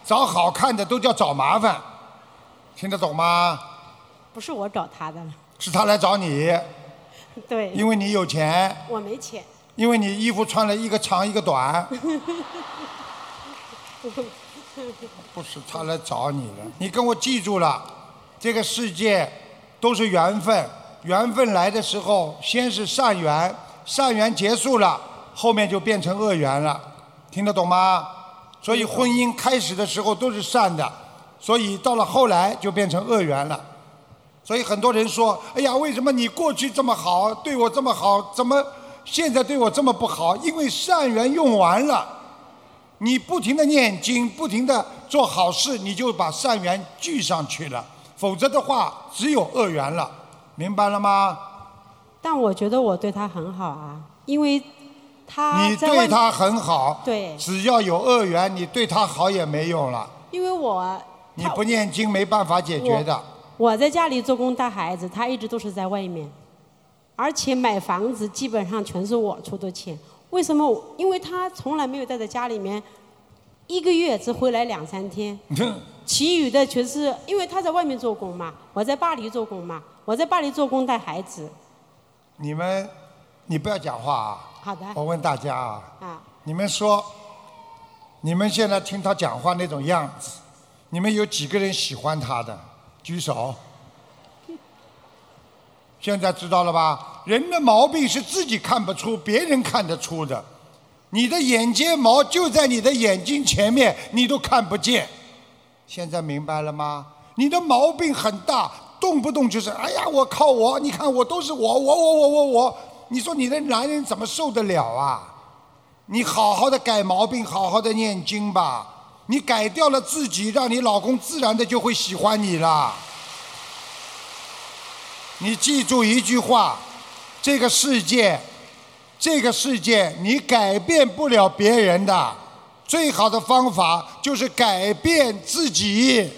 Speaker 2: 找好看的都叫找麻烦，听得懂吗？
Speaker 6: 不是我找他的，
Speaker 2: 是他来找你，
Speaker 6: 对，
Speaker 2: 因为你有钱。
Speaker 6: 我没钱， *laughs*
Speaker 2: 因为你衣服穿了一个长一个短，不是他来找你了。你跟我记住了，这个世界都是缘分，缘分来的时候先是善缘，善缘结束了，后面就变成恶缘了，听得懂吗？所以婚姻开始的时候都是善的，所以到了后来就变成恶缘了。所以很多人说：“哎呀，为什么你过去这么好，对我这么好，怎么现在对我这么不好？”因为善缘用完了，你不停的念经，不停的做好事，你就把善缘聚上去了，否则的话只有恶缘了，明白了吗？
Speaker 6: 但我觉得我对他很好啊，因为他
Speaker 2: 你
Speaker 6: 在外
Speaker 2: 对
Speaker 6: 面
Speaker 2: 他很好，
Speaker 6: 对，
Speaker 2: 只要有恶缘，你对他好也没用了，
Speaker 6: 因为我
Speaker 2: 你不念经没办法解决的。
Speaker 6: 我在家里做工带孩子，他一直都是在外面，而且买房子基本上全是我出的钱。为什么我？因为他从来没有待在家里面，一个月只回来两三天，其余的全是因为他在外面做工嘛，我在巴黎做工嘛，我在巴黎做工带孩子。
Speaker 2: *laughs* 你们，你不要讲话啊！
Speaker 6: 好的，
Speaker 2: 我问大家啊。
Speaker 6: 啊，
Speaker 2: 你们说，你们现在听他讲话那种样子，你们有几个人喜欢他的？举
Speaker 6: *laughs*
Speaker 2: 手。现在知道了吧？人的毛病是自己看不出，别人看得出的。你的眼睫毛就在你的眼睛前面，你都看不见。现在明白了吗？你的毛病很大，动不动就是哎呀，我靠我，你看我都是我，我我我我我，你说你的男人怎么受得了啊？你好好的改毛病，好好的念经吧。你改掉了自己，让你老公自然的就会喜欢你了。你记住一句话：这个世界，这个世界你改变不了别人的，最好的方法就是改变自己。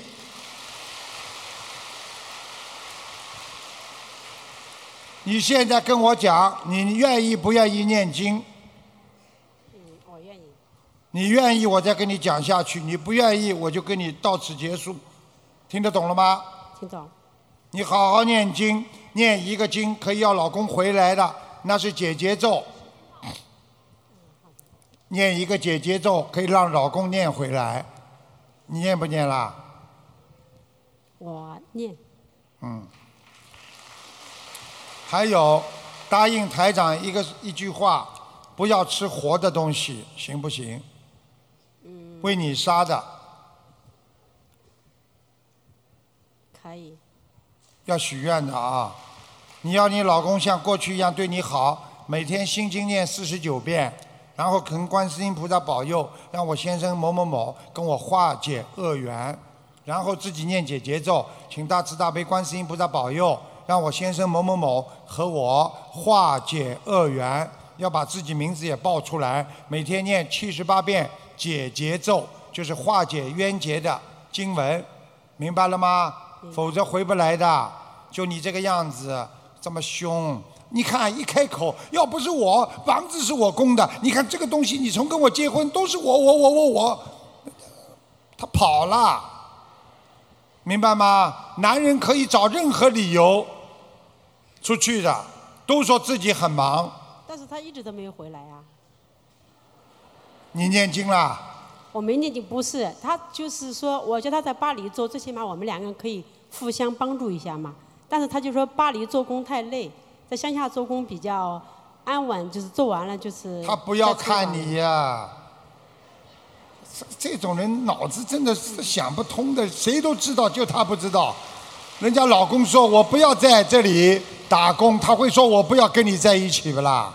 Speaker 2: 你现在跟我讲，你愿意不愿意念经？
Speaker 6: 嗯，我愿意。
Speaker 2: 你愿意，我再跟你讲下去；你不愿意，我就跟你到此结束。听得懂了吗？
Speaker 6: 听懂？
Speaker 2: 你好好念经，念一个经可以要老公回来的，那是解结咒。念一个解结咒可以让老公念回来，你念不念啦？
Speaker 6: 我念。
Speaker 2: 嗯。还有，答应台长一个一句话，不要吃活的东西，行不行？为你杀的
Speaker 6: 可以。
Speaker 2: 要许愿的啊！你要你老公像过去一样对你好，每天心经念四十九遍，然后恳观世音菩萨保佑，让我先生某某某跟我化解恶缘，然后自己念解结咒，请大慈大悲观世音菩萨保佑，让我先生某某某和我化解恶缘。要把自己名字也报出来，每天念七十八遍解结咒，就是化解冤结的经文，明白了吗？否则回不来的。就你这个样子，这么凶，你看一开口，要不是我，房子是我供的，你看这个东西，你从跟我结婚都是我，我，我，我，我，他跑了，明白吗？男人可以找任何理由出去的，都说自己很忙，
Speaker 6: 但是他一直都没有回来啊。
Speaker 2: 你念经啦，
Speaker 6: 我没念经，不是他就是说，我叫他在巴黎做，最起码我们两个人可以互相帮助一下嘛。但是他就说巴黎做工太累，在乡下做工比较安稳，就是做完了就是。
Speaker 2: 他不要看你呀、这这种人脑子真的是想不通的，谁都知道，就他不知道。人家老公说我不要在这里打工，他会说我不要跟你在一起不啦？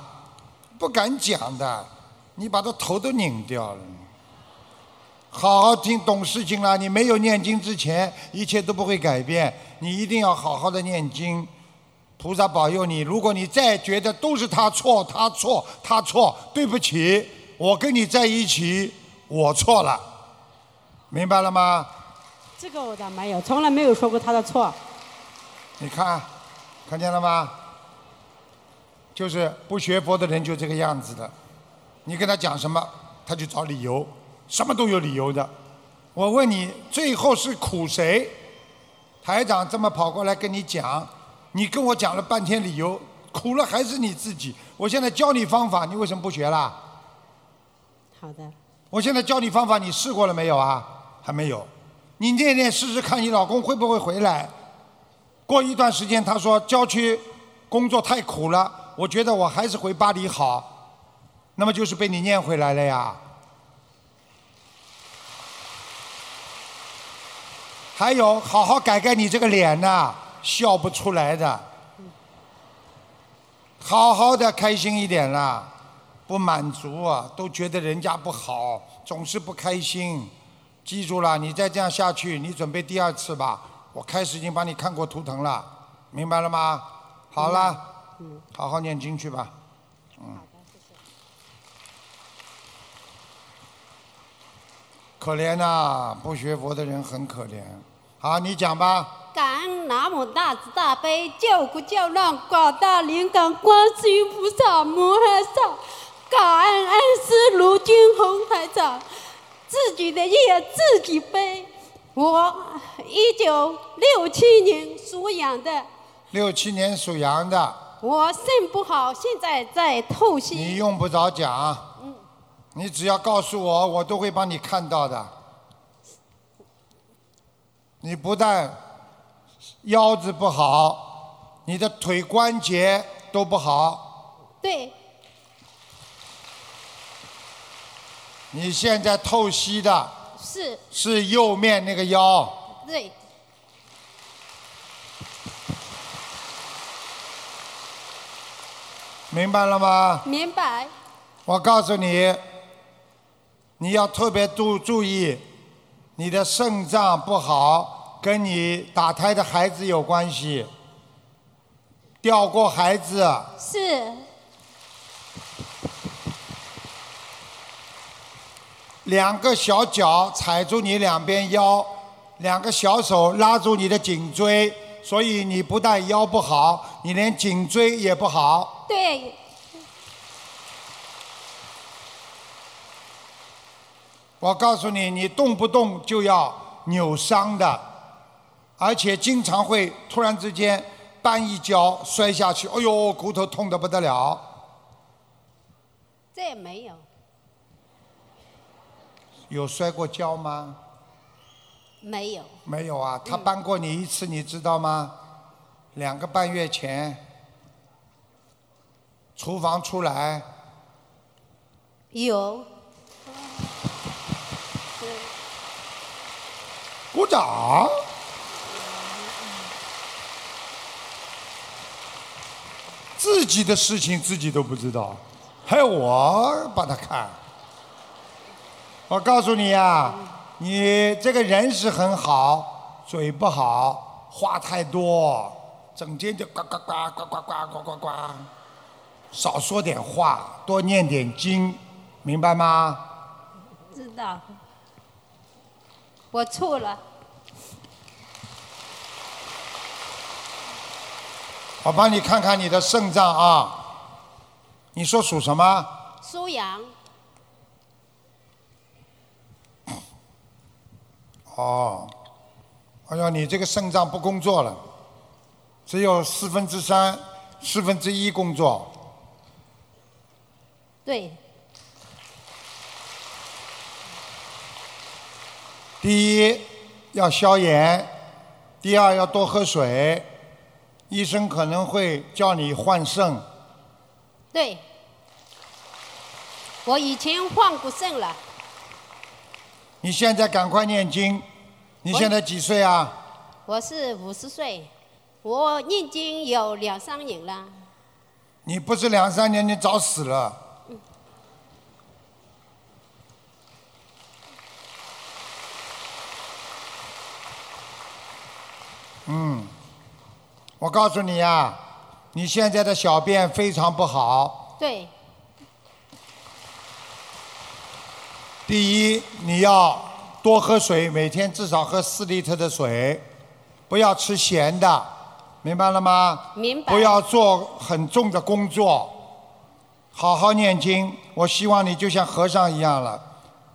Speaker 2: 不敢讲的，你把他头都拧掉了。好好听，懂事情了。你没有念经之前，一切都不会改变。你一定要好好的念经，菩萨保佑你。如果你再觉得都是他错，他错，他错，对不起，我跟你在一起，我错了，明白了吗？
Speaker 6: 这个我倒没有，从来没有说过他的错。
Speaker 2: 你看，啊看见了吗？就是不学佛的人就这个样子的，你跟他讲什么，他就找理由，什么都有理由的。我问你，最后是苦谁？台长这么跑过来跟你讲，你跟我讲了半天理由，苦了还是你自己。我现在教你方法，你为什么不学啦？
Speaker 6: 好的，
Speaker 2: 我现在教你方法，你试过了没有啊？还没有。你念念试试看，你老公会不会回来？过一段时间，他说郊区工作太苦了，我觉得我还是回巴黎好。那么就是被你念回来了呀。还有，好好改改你这个脸呐、笑不出来的。好好的开心一点啦。不满足啊，都觉得人家不好，总是不开心。记住了，你再这样下去，你准备第二次吧。我开始已经帮你看过图腾了，明白了吗？好了，
Speaker 6: 嗯，
Speaker 2: 好好念经去吧。嗯。可怜呐、不学佛的人很可怜。好，你讲吧。
Speaker 7: 感恩南无大慈大悲救苦救难广大灵感观世音菩萨摩诃萨，感恩恩师卢军红台长，自己的业自己背。我一九六七年属羊的，
Speaker 2: 六七年属羊的，
Speaker 7: 我肾不好，现在在透析。
Speaker 2: 你用不着讲，你只要告诉我，我都会帮你看到的。你不但腰子不好，你的腿关节都不好，
Speaker 7: 对，
Speaker 2: 你现在透析的
Speaker 7: 是，
Speaker 2: 是右面那个腰，
Speaker 7: 对，
Speaker 2: 明白了吗？
Speaker 7: 明白，
Speaker 2: 我告诉你，你要特别注注意，你的肾脏不好，跟你打胎的孩子有关系，掉过孩子，
Speaker 7: 是，
Speaker 2: 两个小脚踩住你两边腰，两个小手拉住你的颈椎，所以你不但腰不好，你连颈椎也不好。
Speaker 7: 对，
Speaker 2: 我告诉你，你动不动就要扭伤的，而且经常会突然之间绊一跤摔下去，哎呦，骨头痛得不得了。
Speaker 7: 这也没有，
Speaker 2: 有摔过跤吗？
Speaker 7: 没有，
Speaker 2: 没有啊，他搬过你一次，你知道吗？两个半月前，厨房出来，
Speaker 7: 有
Speaker 2: 鼓掌。自己的事情自己都不知道，还有我帮他看。我告诉你啊，你这个人是很好，嘴不好，话太多，整天就呱呱呱呱呱呱呱呱呱，少说点话，多念点经，明白吗？
Speaker 7: 知道，我错了，
Speaker 2: 我帮你看看你的肾脏啊。你说属什么？
Speaker 7: 苏阳，
Speaker 2: 哦，哎呀，你这个肾脏不工作了，只有四分之三、四分之一工作。
Speaker 7: 对，
Speaker 2: 第一要消炎，第二要多喝水，医生可能会叫你换肾。
Speaker 7: 对，我以前患过肾了，
Speaker 2: 你现在赶快念经。你现在几岁啊？
Speaker 7: 我是五十岁，我念经有两三年了，
Speaker 2: 你不是两三年，你早死了。嗯，我告诉你呀、啊你现在的小便非常不好。
Speaker 7: 对，
Speaker 2: 第一，你要多喝水，每天至少喝四 l 的水，不要吃咸的，明白了吗？
Speaker 7: 明白，
Speaker 2: 不要做很重的工作，好好念经。我希望你就像和尚一样了，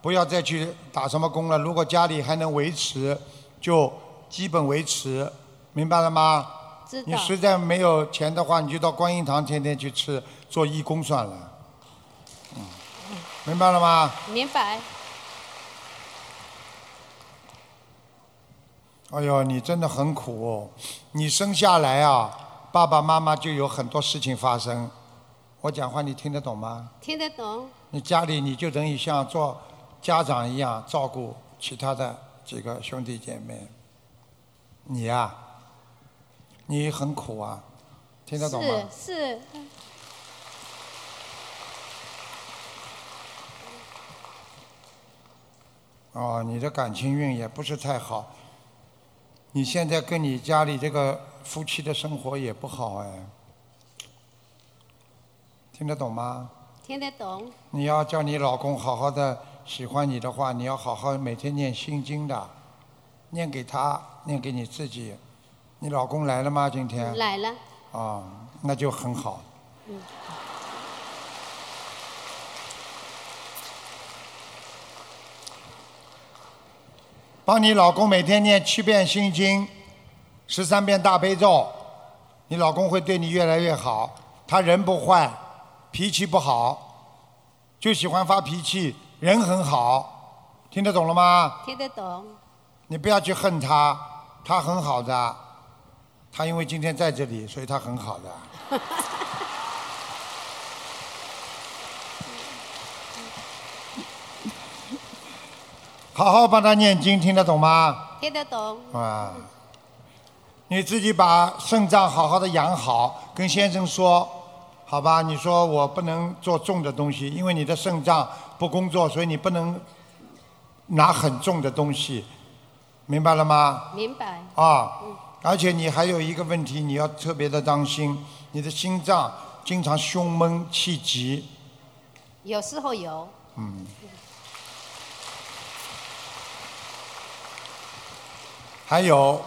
Speaker 2: 不要再去打什么工了。如果家里还能维持，就基本维持，明白了吗？
Speaker 7: 知道
Speaker 2: 你，实在没有钱的话，你就到观音堂天天去吃，做义工算了。嗯，明白了吗？
Speaker 7: 明白，
Speaker 2: 哎呦，你真的很苦哦！你生下来啊，爸爸妈妈就有很多事情发生。我讲话你听得懂吗？
Speaker 7: 听得懂，
Speaker 2: 你家里你就等于像做家长一样照顾其他的几个兄弟姐妹。你呀、你很苦啊，听得懂吗？
Speaker 7: 是是，
Speaker 2: 哦，你的感情运也不是太好。你现在跟你家里这个夫妻的生活也不好哎，听得懂吗？
Speaker 7: 听得懂，
Speaker 2: 你要叫你老公好好的喜欢你的话，你要好好每天念心经的，念给他，念给你自己。你老公来了吗？今天？
Speaker 7: 来了，
Speaker 2: 啊，那就很好。
Speaker 7: 嗯
Speaker 2: 帮你老公每天念七遍心经，十三遍大悲咒，你老公会对你越来越好。他人不坏，脾气不好，就喜欢发脾气，人很好，听得懂了吗？
Speaker 7: 听得懂， *laughs*
Speaker 2: 你不要去恨他，他很好的，啊他因为今天在这里，所以他很好的。啊好好帮他念经，听得懂吗？
Speaker 7: 听得懂，
Speaker 2: 啊，你自己把肾脏好好的养好，跟先生说，好吧？你说我不能做重的东西，因为你的肾脏不工作，所以你不能拿很重的东西，明白了吗？
Speaker 7: 明白，
Speaker 2: 啊，而且你还有一个问题，你要特别的当心，你的心脏经常胸闷气急，
Speaker 7: 有时候有，
Speaker 2: 嗯。还有，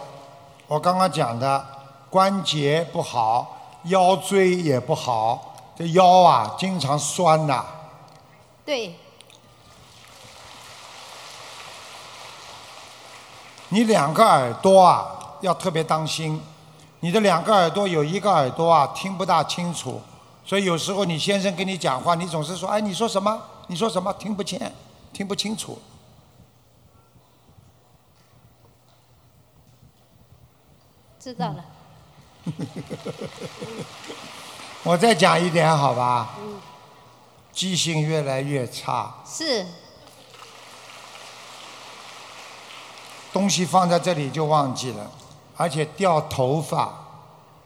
Speaker 2: 我刚刚讲的关节不好，腰椎也不好，这腰啊经常酸呐、
Speaker 8: 对，
Speaker 2: 你两个耳朵啊要特别当心，你的两个耳朵有一个耳朵啊听不大清楚，所以有时候你先生跟你讲话，你总是说哎你说什么你说什么听不见听不清楚， *laughs*
Speaker 8: 知道了。
Speaker 2: 我再讲一点好吧？记性越来越差，
Speaker 8: 是
Speaker 2: 东西放在这里就忘记了，而且掉头发。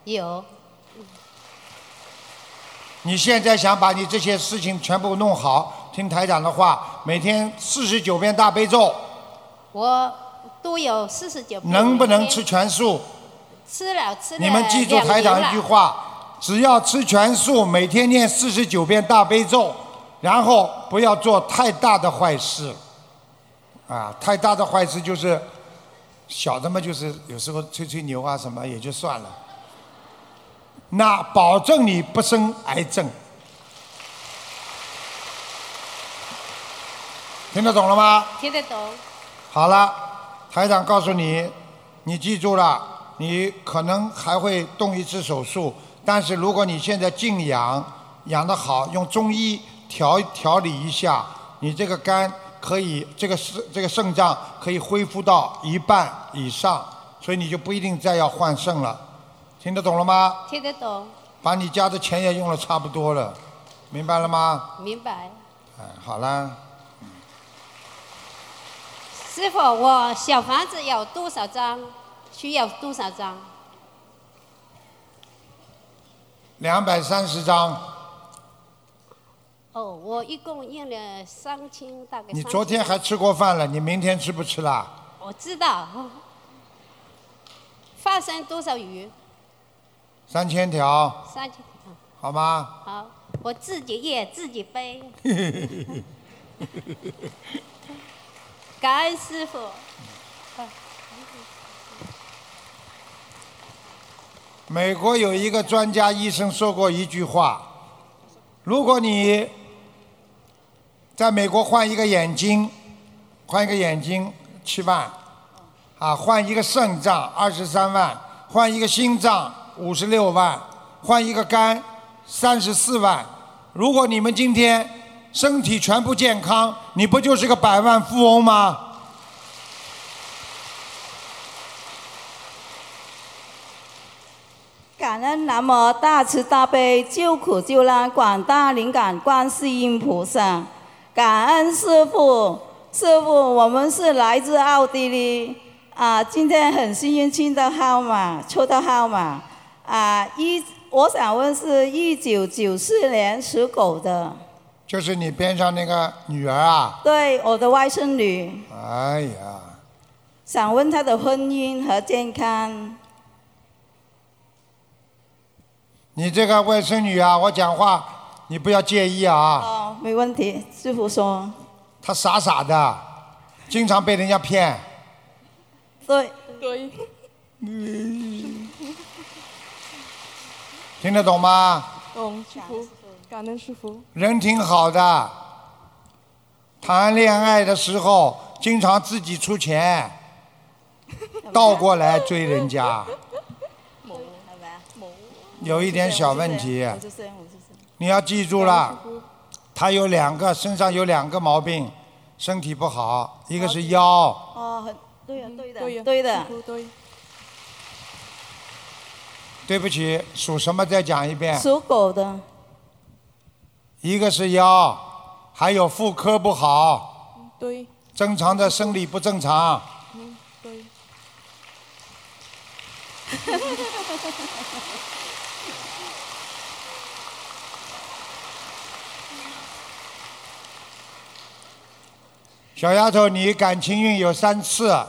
Speaker 8: 有
Speaker 2: 你现在想把你这些事情全部弄好，听台长的话，每天四十九遍大悲咒，
Speaker 8: 我都有四十九。
Speaker 2: 嗯能不能吃？全素？
Speaker 8: 吃了吃了。
Speaker 2: 你们记住台长一句。话：只要吃全素，每天念四十九遍大悲咒，然后不要做太大的坏事。啊，太大的坏事就是小的嘛，就是有时候吹吹牛啊什么也就算了。那保证你不生癌症，听得懂了吗？
Speaker 8: 听得懂，
Speaker 2: 好了，台长告诉你，你记住了，你可能还会动一次手术，但是如果你现在静养，养得好，用中医调调理一下，你这个肝可以，这个肾这个肾脏可以恢复到一半以上，所以你就不一定再要换肾了，听得懂了吗？
Speaker 8: 听得懂，
Speaker 2: 把你家的钱也用了差不多了，明白了吗？
Speaker 8: 明白。
Speaker 2: 哎，好了，
Speaker 8: 师傅，我小房子有多少张？需要多少张？
Speaker 2: 两百三十张，
Speaker 8: 哦，我一共印了三千，大概。
Speaker 2: 你昨天还？吃过饭了，你明天吃不吃啦？
Speaker 8: 我知道。发生多少鱼？
Speaker 2: 三千条，
Speaker 8: 三千。
Speaker 2: 好吗？
Speaker 8: *laughs* 好，我自己也自己背。感恩师傅。
Speaker 2: 美国有一个专家医生说过一句话：如果你在美国换一个眼睛，换一个眼睛七万，啊，换一个肾脏二十三万，换一个心脏五十六万，换一个肝三十四万。如果你们今天身体全部健康，你不就是个百万富翁吗？
Speaker 9: 感恩南无大慈大悲救苦救难广大灵感观世音菩萨，感恩师傅，师傅，我们是来自奥地利啊，今天很幸运听到号码，抽到号码啊，一我想问是一九九四年属狗的，
Speaker 2: 就是你边上那个女儿啊，
Speaker 9: 对，我的外甥女，
Speaker 2: 哎呀。
Speaker 9: 想问她的婚姻和健康，
Speaker 2: 你这个外甥女啊，我讲话你不要介意啊，
Speaker 9: 哦，没问题，师傅说，
Speaker 2: 她傻傻的，经常被人家骗。
Speaker 9: 对，
Speaker 10: 对，
Speaker 2: 听得懂吗？
Speaker 11: 懂师傅，感恩师傅，
Speaker 2: 人挺好的，谈恋爱的时候经常自己出钱，倒过来追人
Speaker 9: *laughs*
Speaker 2: 家，
Speaker 9: 冇，系咪啊？冇，
Speaker 2: 有一点小问题。
Speaker 9: 我就是这样，我就是这样。
Speaker 2: 你要记住了，她有两个身上有两个毛病，身体不好，一个是腰，
Speaker 9: 哦，很对呀、对
Speaker 11: 嗯
Speaker 9: 的，
Speaker 11: 对呀，
Speaker 9: 对
Speaker 11: 师
Speaker 9: 的，
Speaker 11: 傅对，
Speaker 2: 对不起，属什么？再讲一遍。
Speaker 9: 属狗的，
Speaker 2: 一个是腰，还有妇科不好，
Speaker 11: 对，
Speaker 2: 正常的生理不正常，
Speaker 11: 嗯，对，
Speaker 2: 小丫头，你感情运有三次，
Speaker 11: 哦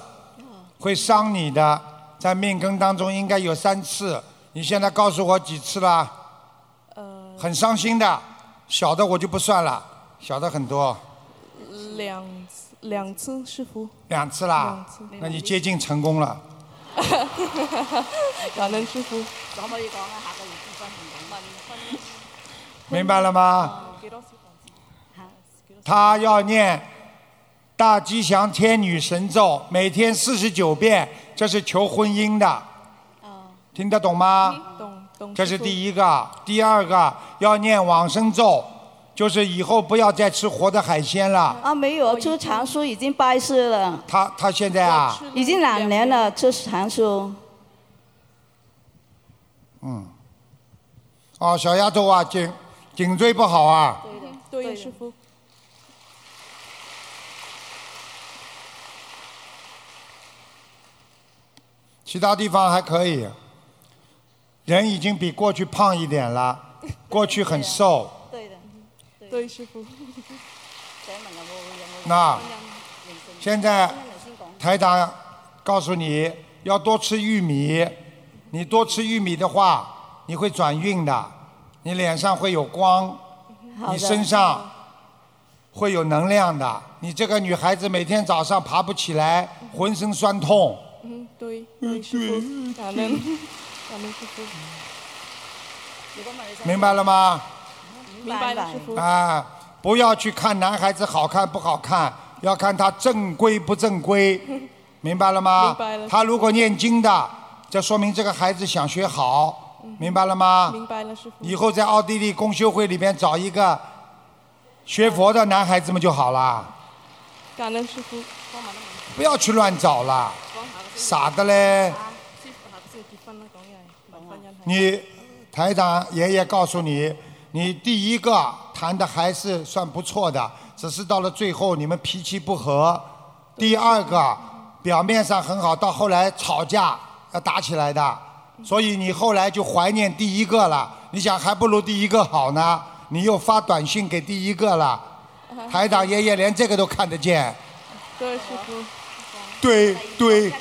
Speaker 2: 会伤你的，在命根当中应该有三次。你现在告诉我几次了？
Speaker 11: 呃，
Speaker 2: 很伤心的，小的我就不算了，小的很多，
Speaker 11: 两两次师傅，
Speaker 2: 两次啦
Speaker 11: 两次。
Speaker 2: 那你接近成功了。
Speaker 11: 感恩师傅，
Speaker 12: 可以講啊，下個月結婚。
Speaker 2: 明白了吗？他要念大吉祥天女神咒，每天四十九遍，这是求婚姻的。听得懂吗？
Speaker 11: 嗯懂懂。
Speaker 2: 这是第一个，第二个要念往生咒，就是以后不要再吃活的海鲜了。
Speaker 5: 啊，没有吃长寿已经拜师了，
Speaker 2: 他他现在啊，
Speaker 5: 已经两年了，吃长寿。
Speaker 2: 嗯，哦，小丫头啊，颈颈椎不好啊，
Speaker 11: 对，师傅。
Speaker 2: 其他地方还可以，人已经比过去胖一点了，
Speaker 5: *laughs*
Speaker 2: 过去很瘦。
Speaker 11: 对的，对，师傅。
Speaker 5: 啊
Speaker 2: 那现在台长告诉你要多吃玉米，你多吃玉米的话，你会转运的，你脸上会有光，
Speaker 5: 好
Speaker 2: 你
Speaker 5: 的
Speaker 2: 身上会有能量的。你这个女孩子每天早上爬不起来，浑身酸痛，
Speaker 11: 嗯，对，对，师傅。感恩，感恩师傅。
Speaker 2: 明白了吗？
Speaker 11: 明白了，师傅。
Speaker 2: 啊，不要去看男孩子好看不好看，要看他正规不正
Speaker 11: *laughs*
Speaker 2: 规，明白了吗？
Speaker 11: 明白了
Speaker 2: 他如果念经的，这说明这个孩子想学好，明白了吗？
Speaker 11: 嗯明白了，师傅。
Speaker 2: 以后在奥地利公修会里边找一个学佛的男孩子们就好啦，
Speaker 11: 感恩师傅。
Speaker 2: 不要去乱找啦，傻的嘞。你台长爷爷告诉你，你第一个谈的还是算不错的，只是到了最后你们脾气不合。第二个表面上很好，到后来吵架要打起来的，所以你后来就怀念第一个了。你想还不如第一个好呢，你又发短信给第一个了。台长爷爷连这个都看得见，
Speaker 11: 对，师傅。
Speaker 2: 对对。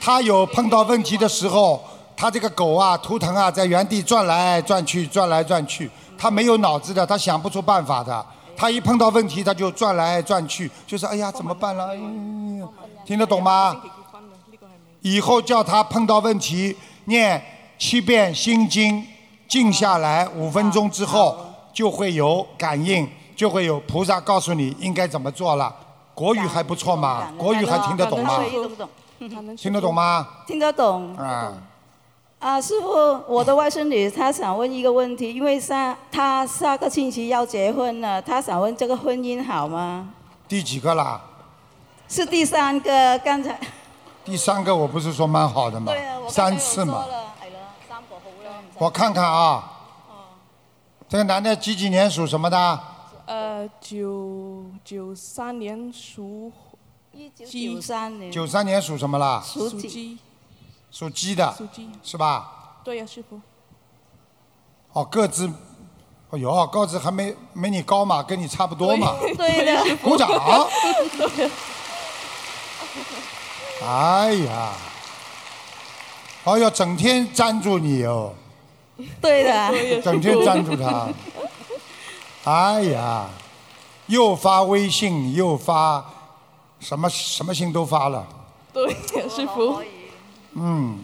Speaker 2: 他有碰到问题的时候，他这个狗啊、图腾啊，在原地转来转去、转来转去，他没有脑子的，他想不出办法的。他一碰到问题，他就转来转去，就是哎呀，怎么办了？哎呀听得懂吗？以后叫他碰到问题念七遍心经，静下来五分钟之后，就会有感应，就会有菩萨告诉你应该怎么做了。国语还不错嘛，国语还听得懂吗
Speaker 5: 感？恩懂
Speaker 11: 感恩师
Speaker 2: 听得懂吗？
Speaker 5: 听得懂
Speaker 2: 啊，
Speaker 5: 啊，师傅，我的外孙女她想问一个问题，因为下她下个星期要结婚了，她想问这个婚姻好吗？
Speaker 2: 第几个啦？
Speaker 5: 是第三个，刚才
Speaker 2: 第三个我不是说蛮好的吗？
Speaker 5: 啊
Speaker 2: 三次嘛。我看看啊，
Speaker 5: 嗯
Speaker 2: 这个男的几几年属什么的？
Speaker 11: 傅。呃，九九三年属虎
Speaker 5: 一九九三年
Speaker 2: 九三啊年属什么啦？
Speaker 5: 嗯属
Speaker 11: 属
Speaker 5: 鸡，
Speaker 11: 鸡，
Speaker 2: 属鸡的，
Speaker 11: 属鸡。
Speaker 2: 是吧？
Speaker 11: 对呀，师傅。
Speaker 2: 哦，个子，哦哟，个子还没没你高嘛，跟你差不多嘛。
Speaker 5: 对的，
Speaker 2: 鼓
Speaker 11: *laughs*
Speaker 2: 掌。
Speaker 11: 啊
Speaker 2: 哎呀，哎呦，整天粘住你哦，
Speaker 5: 对的，
Speaker 11: 对呀，
Speaker 2: 整天粘住他。哎呀，又发微信，又发什么什么信都发了。
Speaker 11: *laughs* 对呀，师傅。
Speaker 2: 嗯，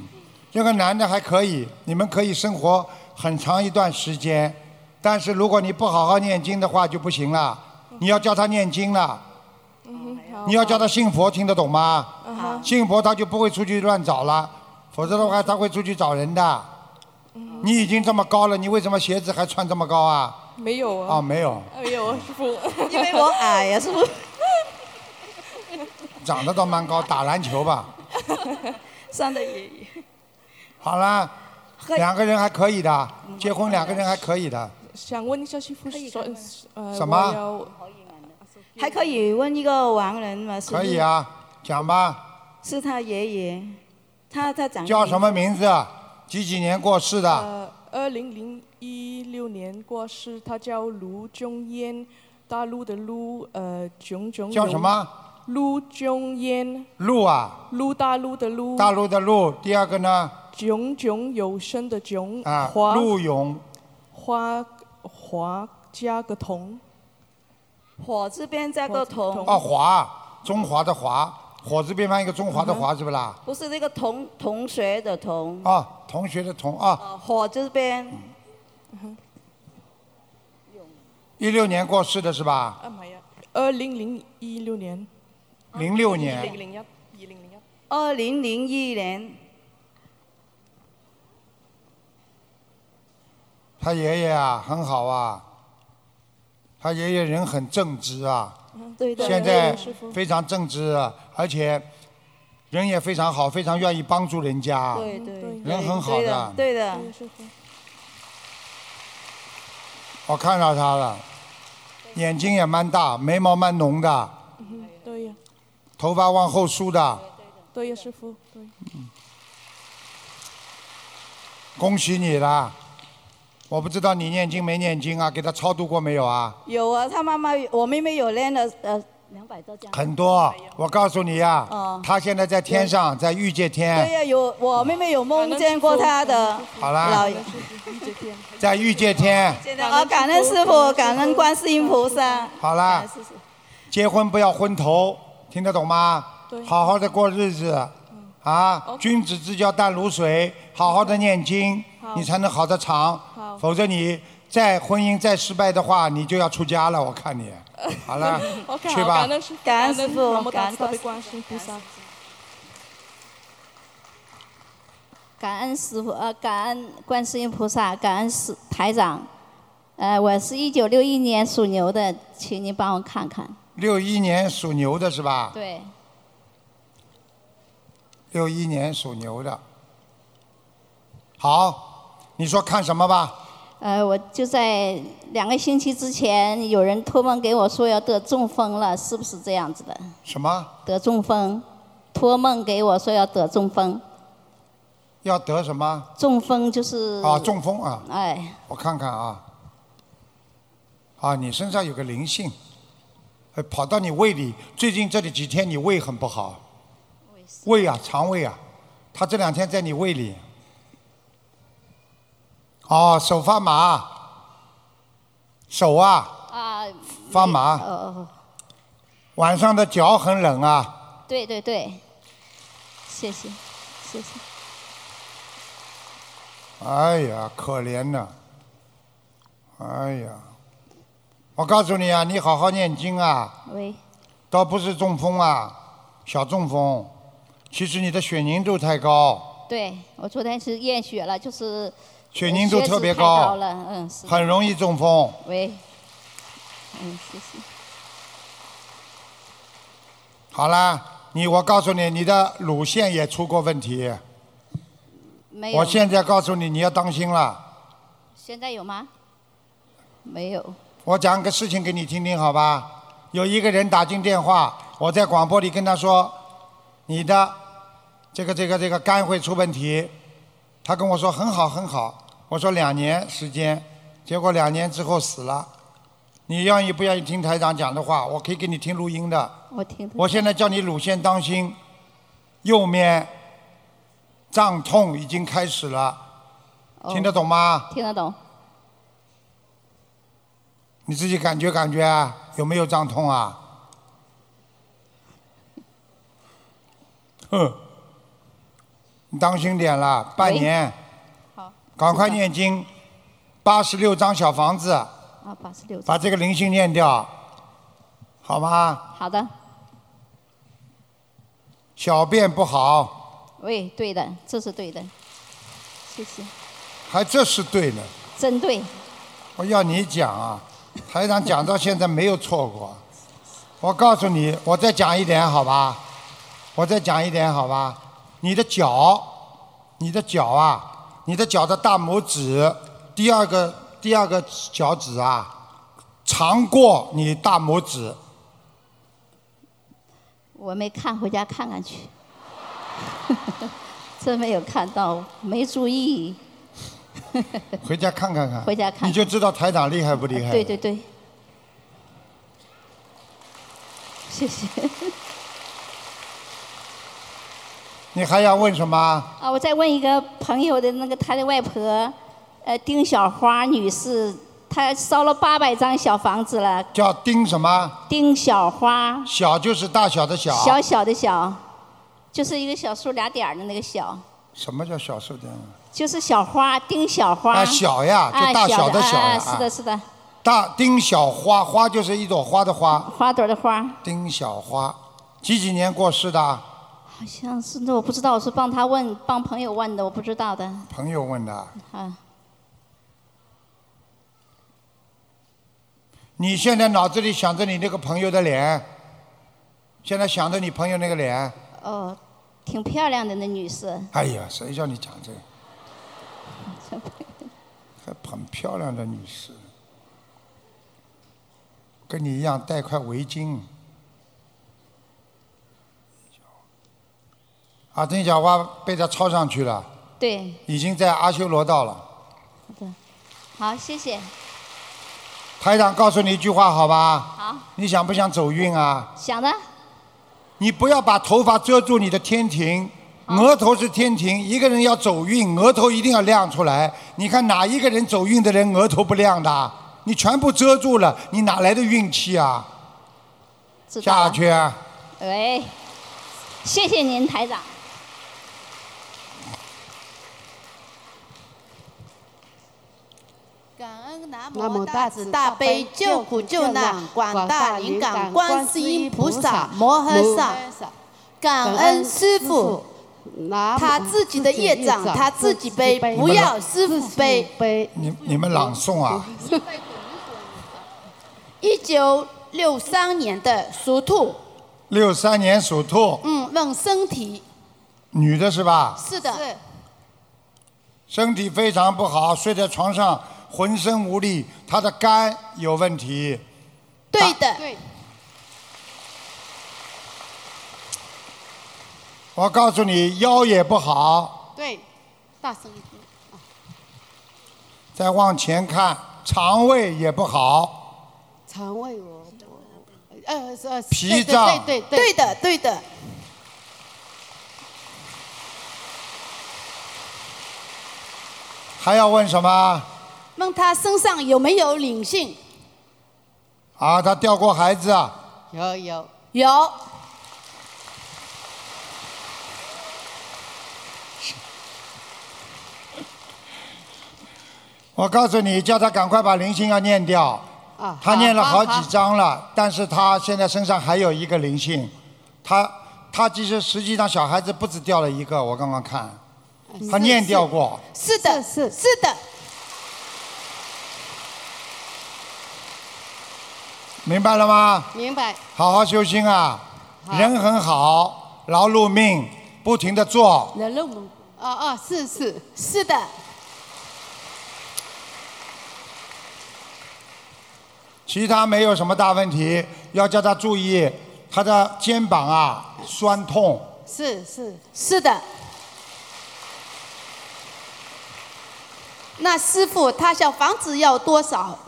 Speaker 2: 这个男的还可以，你们可以生活很长一段时间，但是如果你不好好念经的话就不行了，你要教他念经了，
Speaker 11: 嗯哼，好。
Speaker 2: 你要教他信佛，听得懂吗？
Speaker 11: 嗯哼，
Speaker 2: 信佛他就不会出去乱找了，否则的话他会出去找人的。你已经这么高了，你为什么鞋子还穿这么高啊？
Speaker 11: 没有
Speaker 2: 啊，
Speaker 11: 啊，
Speaker 2: 没有，
Speaker 11: 没有啊，师傅。
Speaker 5: 因为我矮呀、
Speaker 11: *laughs*
Speaker 5: 师傅，
Speaker 2: 长得倒蛮高，打篮球吧。
Speaker 5: 上的也
Speaker 2: 好了，两个人还可以的，结婚两个人还可以的。
Speaker 11: 想问一下师傅，说呃，
Speaker 2: 什么
Speaker 11: 我要
Speaker 5: 还可以问一个亡人吗？
Speaker 9: 嗯
Speaker 5: 师傅
Speaker 2: 可以，啊，讲吧，
Speaker 5: 是他爷爷，他他长
Speaker 2: 叫什么名字？啊几几年过世的？
Speaker 11: 呃，二零零一六年过世，他叫卢中烟，大陆的卢，呃，炯炯
Speaker 2: 叫
Speaker 11: 有
Speaker 2: 什？么？
Speaker 11: 卢中烟，
Speaker 2: 陆啊，
Speaker 11: 卢大陆的卢，
Speaker 2: 大陆的陆。第二个呢？
Speaker 11: 炯炯有声的炯，
Speaker 2: 啊，
Speaker 11: 华
Speaker 2: 陆勇，
Speaker 11: 花华加个同，
Speaker 5: 火字边加个
Speaker 11: 火字
Speaker 5: 同
Speaker 11: 同，
Speaker 2: 哦啊华，中华的华，火字边旁一个中华的华，是不啦？
Speaker 9: 不是那个同同学的同，
Speaker 2: 啊，同学的同啊，
Speaker 9: 火这边
Speaker 2: 一六年过世的是吧？
Speaker 11: 啊，唔係啊，二零零一六年。
Speaker 2: 零六
Speaker 11: 二零
Speaker 2: 年，
Speaker 11: 零一，二零零一。
Speaker 9: 二零零一年
Speaker 2: 他爷爷啊，很好啊，他爷爷人很正直啊，
Speaker 9: 对的
Speaker 2: 现在
Speaker 11: 师傅
Speaker 2: 非常正直，啊而且人也非常好，非常愿意帮助人家，
Speaker 9: 对对对
Speaker 2: 啊人很好
Speaker 9: 的对的，
Speaker 11: 嗯对，师傅。
Speaker 2: 我看到他了，眼睛也蛮大，眉毛蛮浓的，
Speaker 11: 嗯，对呀，
Speaker 2: 头发往后梳的，
Speaker 11: 对呀，师傅，对。
Speaker 2: 恭喜你啦！我不知道你念经没念经啊，给他超度过没有啊？
Speaker 9: 有啊，他妈妈我妹妹有练了呃两百多张，
Speaker 2: 很多，我告诉你呀、
Speaker 9: 哦
Speaker 2: 他现在在天上，在欲界
Speaker 9: 对
Speaker 2: 天，
Speaker 9: 呀、有我妹妹有梦见过他的
Speaker 2: 好
Speaker 9: 老
Speaker 2: 啦，
Speaker 9: 爷，
Speaker 2: 在欲界天，
Speaker 9: 啊感恩师傅，感恩观世音菩萨，
Speaker 2: 好啦，结婚不要昏头，听得懂吗？
Speaker 11: 对嗯
Speaker 2: 好好的过日子，啊，君子之交淡如水，好好的念经，你才能好的长，
Speaker 11: 好
Speaker 2: 否则你再婚姻再失败的话，你就要出家了，我看
Speaker 11: *laughs*
Speaker 2: 你。好了
Speaker 11: OK，，
Speaker 2: 去
Speaker 11: 好，
Speaker 2: 吧
Speaker 11: 啊感。恩师傅，
Speaker 9: 感恩师傅
Speaker 11: 南无
Speaker 9: 感
Speaker 11: 大
Speaker 9: 恩
Speaker 11: 慈大悲
Speaker 9: 观世
Speaker 11: 观世音菩萨。
Speaker 13: 感恩师傅，呃，感恩观世音菩萨，感恩师台长。呃，我是一九六一年属牛的，请您帮我看看。
Speaker 2: 六一年属牛的是吧？
Speaker 13: 对，
Speaker 2: 六一年属牛的。好，你说看什么吧？
Speaker 13: 呃，我就在两个星期之前，有人托梦给我说要得中风了，是不是这样子的？
Speaker 2: 什么
Speaker 13: 得中风，托梦给我说要得中风，
Speaker 2: 要得什么
Speaker 13: 中风就是
Speaker 2: 啊？中风啊！
Speaker 13: 哎，
Speaker 2: 我看看啊。啊，你身上有个灵性，哎，跑到你胃里。最近这里几天你胃很不好，胃啊，肠胃啊，它这两天在你胃里。哦，手发麻，手啊
Speaker 13: 啊，
Speaker 2: 发麻。
Speaker 13: 哦，
Speaker 2: 晚上的脚很冷啊，
Speaker 13: 对对对，谢谢，谢谢。
Speaker 2: 哎呀，可怜呐！哎呀，我告诉你啊，你好好念经啊，
Speaker 13: 喂，
Speaker 2: 倒不是中风啊，小中风，其实你的血凝度太高，
Speaker 13: 对我昨天是验血了，就是
Speaker 2: 血凝度
Speaker 13: 血脂
Speaker 2: 特别
Speaker 13: 太
Speaker 2: 高，
Speaker 13: 了，嗯，是的。
Speaker 2: 很容易中风。
Speaker 13: 喂，嗯，谢谢。
Speaker 2: 好啦，你我告诉你，你的乳腺也出过问题，
Speaker 13: 哎没有。
Speaker 2: 我现在告诉你，你要当心了。
Speaker 13: 现在有吗？没有。
Speaker 2: 我讲个事情给你听听，好吧？有一个人打进电话，我在广播里跟他说，你的这个这个这个肝会出问题。他跟我说很好很好，我说两年时间，结果两年之后死了。你愿意不愿意听台长讲的话？我可以给你听录音的。
Speaker 13: 我听得
Speaker 2: 我现在叫你乳腺当心，右面胀痛已经开始了，
Speaker 13: 哦
Speaker 2: 听得懂吗？
Speaker 13: 听得懂，
Speaker 2: 你自己感觉感觉啊，有没有胀痛啊？哼，你当心点啦，半年。
Speaker 13: 好。
Speaker 2: 赶快念经，八十六张小房子，
Speaker 13: 啊，八十六。
Speaker 2: 把这个灵性念掉，好吗？
Speaker 13: 好的，
Speaker 2: 小便不好，
Speaker 13: 喂，对的，这是对的，谢谢，
Speaker 2: 还这是对的。
Speaker 13: 真对，
Speaker 2: 我要你讲啊，台长讲到现在没有错过。我告诉你，我再讲一点好吧？我再讲一点好吧？你的脚，你的脚啊，你的脚的大拇指，第二个第二个脚趾啊，长过你大拇指。
Speaker 13: 我没看，回家看看去。 *laughs* 真没有看到，没注意。
Speaker 2: 回家看看看，
Speaker 13: 回家看看
Speaker 2: 你就知道台长厉害不厉害。
Speaker 13: 对对对，谢谢。
Speaker 2: 你还要问什么？
Speaker 13: 啊，我再问一个朋友的那个他的外婆，呃，丁小花女士，他烧了八百张小房子了，
Speaker 2: 叫丁什么？
Speaker 13: 丁小花，
Speaker 2: 小就是大小的小。
Speaker 13: 小小的小，就是一个小树俩点儿的那个小，
Speaker 2: 什么叫小数点？
Speaker 13: 就是小花，丁小花。
Speaker 2: 啊小呀就大小的小呀
Speaker 13: 啊，
Speaker 2: 啊
Speaker 13: 是的，是的，
Speaker 2: 大丁小花，花就是一朵花的花。
Speaker 13: 花朵的花。
Speaker 2: 丁小花，几几年过世的啊？
Speaker 13: 好像是那我不知道，我是帮他问，帮朋友问的，我不知道的。
Speaker 2: 朋友问的。
Speaker 13: 啊，
Speaker 2: 你现在脑子里想着你那个朋友的脸，现在想着你朋友那个脸。
Speaker 13: 哦，挺漂亮的那女士， *laughs*
Speaker 2: 哎呀，谁叫你讲这个？还很漂亮的女士，跟你一样戴块围巾。啊，丁小花被他抄上去了，
Speaker 13: 对，
Speaker 2: 已经在阿修罗道了。
Speaker 13: 好，谢谢，
Speaker 2: 台长告诉你一句话，好吧？
Speaker 13: 好，
Speaker 2: 你想不想走运啊？
Speaker 13: 想的，
Speaker 2: 你不要把头发遮住你的天庭，额头是天庭。一个人要走运，额头一定要亮出来。你看哪一个人走运的人额头不亮的？你全部遮住了，你哪来的运气啊？
Speaker 13: 知道
Speaker 2: 下
Speaker 13: 了。
Speaker 2: 去啊，
Speaker 13: 喂，谢谢您，台长。
Speaker 7: 感恩南
Speaker 14: 南
Speaker 7: 无
Speaker 14: 无
Speaker 7: 大
Speaker 14: 大
Speaker 7: 慈
Speaker 14: 慈
Speaker 7: 大
Speaker 14: 大
Speaker 7: 悲
Speaker 14: 悲
Speaker 7: 救
Speaker 14: 救
Speaker 7: 苦
Speaker 14: 苦
Speaker 7: 救
Speaker 14: 救
Speaker 7: 难
Speaker 14: 难
Speaker 7: 广
Speaker 14: 广
Speaker 7: 大
Speaker 14: 大
Speaker 7: 灵
Speaker 14: 灵
Speaker 7: 感
Speaker 14: 感
Speaker 7: 观
Speaker 14: 观
Speaker 7: 世
Speaker 14: 世
Speaker 7: 音
Speaker 14: 音
Speaker 7: 菩
Speaker 14: 菩
Speaker 7: 萨
Speaker 14: 萨
Speaker 7: 摩
Speaker 14: 摩
Speaker 7: 诃
Speaker 14: 诃
Speaker 7: 萨
Speaker 14: 萨，
Speaker 7: 感恩
Speaker 14: 感恩
Speaker 7: 师
Speaker 14: 师
Speaker 7: 父
Speaker 14: 父。
Speaker 7: 他自己的业障他自己背，不要师傅背。
Speaker 2: 你你们朗诵啊！
Speaker 7: 一九六三年的属兔，
Speaker 2: 六三年属兔，
Speaker 7: 嗯，问身体
Speaker 2: 女的是吧？
Speaker 7: 是的，
Speaker 2: 身体非常不好，睡在床上浑身无力，她的肝有问题，
Speaker 7: 对的，对，
Speaker 2: 我告诉你，腰也不好，
Speaker 7: 对，大声一点。
Speaker 2: 再往前看，肠胃也不好，
Speaker 14: 肠胃我，我呃是呃
Speaker 2: 脾
Speaker 14: 对对
Speaker 2: 脏
Speaker 14: 对对对的对的，
Speaker 2: 还要问什么？
Speaker 7: 问他身上有没有灵性？
Speaker 2: 啊，她掉过孩子啊，
Speaker 14: 有有
Speaker 7: 有，
Speaker 2: 我告诉你，叫她赶快把灵性要念掉。
Speaker 14: 啊
Speaker 2: 她念了好
Speaker 14: 好
Speaker 2: 几张了，但是她现在身上还有一个灵性，她她其实实际上小孩子不止掉了一个，我刚刚看，她念掉过，
Speaker 7: 哎是的，是是的，
Speaker 2: 明白了吗？
Speaker 14: 明白
Speaker 2: 好好修心啊，人很好，劳碌命，不停的做，
Speaker 14: 人肉吗？啊啊是是
Speaker 7: 是的，
Speaker 2: 其他没有什么大问题，要叫他注意他的肩膀啊酸痛，
Speaker 14: 是是
Speaker 7: 是的。那师傅，他小房子要多少？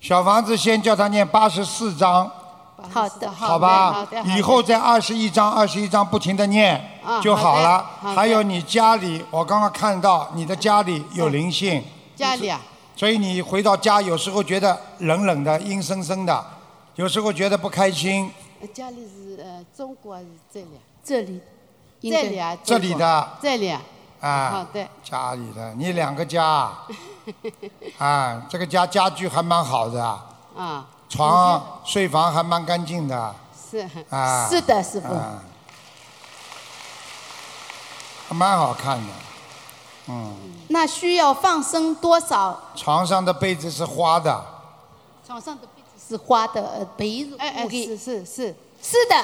Speaker 2: 小房子先叫他念八十四章，
Speaker 7: 好的，
Speaker 2: 好
Speaker 14: 好
Speaker 2: 吧
Speaker 14: 的好？的
Speaker 2: 以后再二十一章、二十一章不停的念
Speaker 14: 啊
Speaker 2: 就好
Speaker 14: 好
Speaker 2: 了
Speaker 14: 的好。的
Speaker 2: 还有你家里，我刚刚看到你的家里有灵性，
Speaker 14: 家里啊
Speaker 2: 所以你回到家有时候觉得冷冷的、阴森森的，有时候觉得不开心，
Speaker 14: 呃家里是呃中国是这里啊
Speaker 7: 这里，
Speaker 14: 这里啊
Speaker 2: 这里的
Speaker 14: 这里啊好
Speaker 2: 啊，
Speaker 7: *laughs*
Speaker 14: 的
Speaker 2: 家里的你两个家啊，这个家家具还蛮好的啊。
Speaker 14: 啊
Speaker 2: 床、睡房还蛮干净的
Speaker 14: 是
Speaker 2: 啊。
Speaker 7: 是的，师傅。
Speaker 2: 啊，还蛮好看的。嗯，
Speaker 7: 那需要放生多少？
Speaker 2: 床上的被子是花的， *laughs*
Speaker 7: 床上的被子是花的，呃被子
Speaker 14: 哎哎
Speaker 7: 我给
Speaker 14: 是是是
Speaker 7: 是的，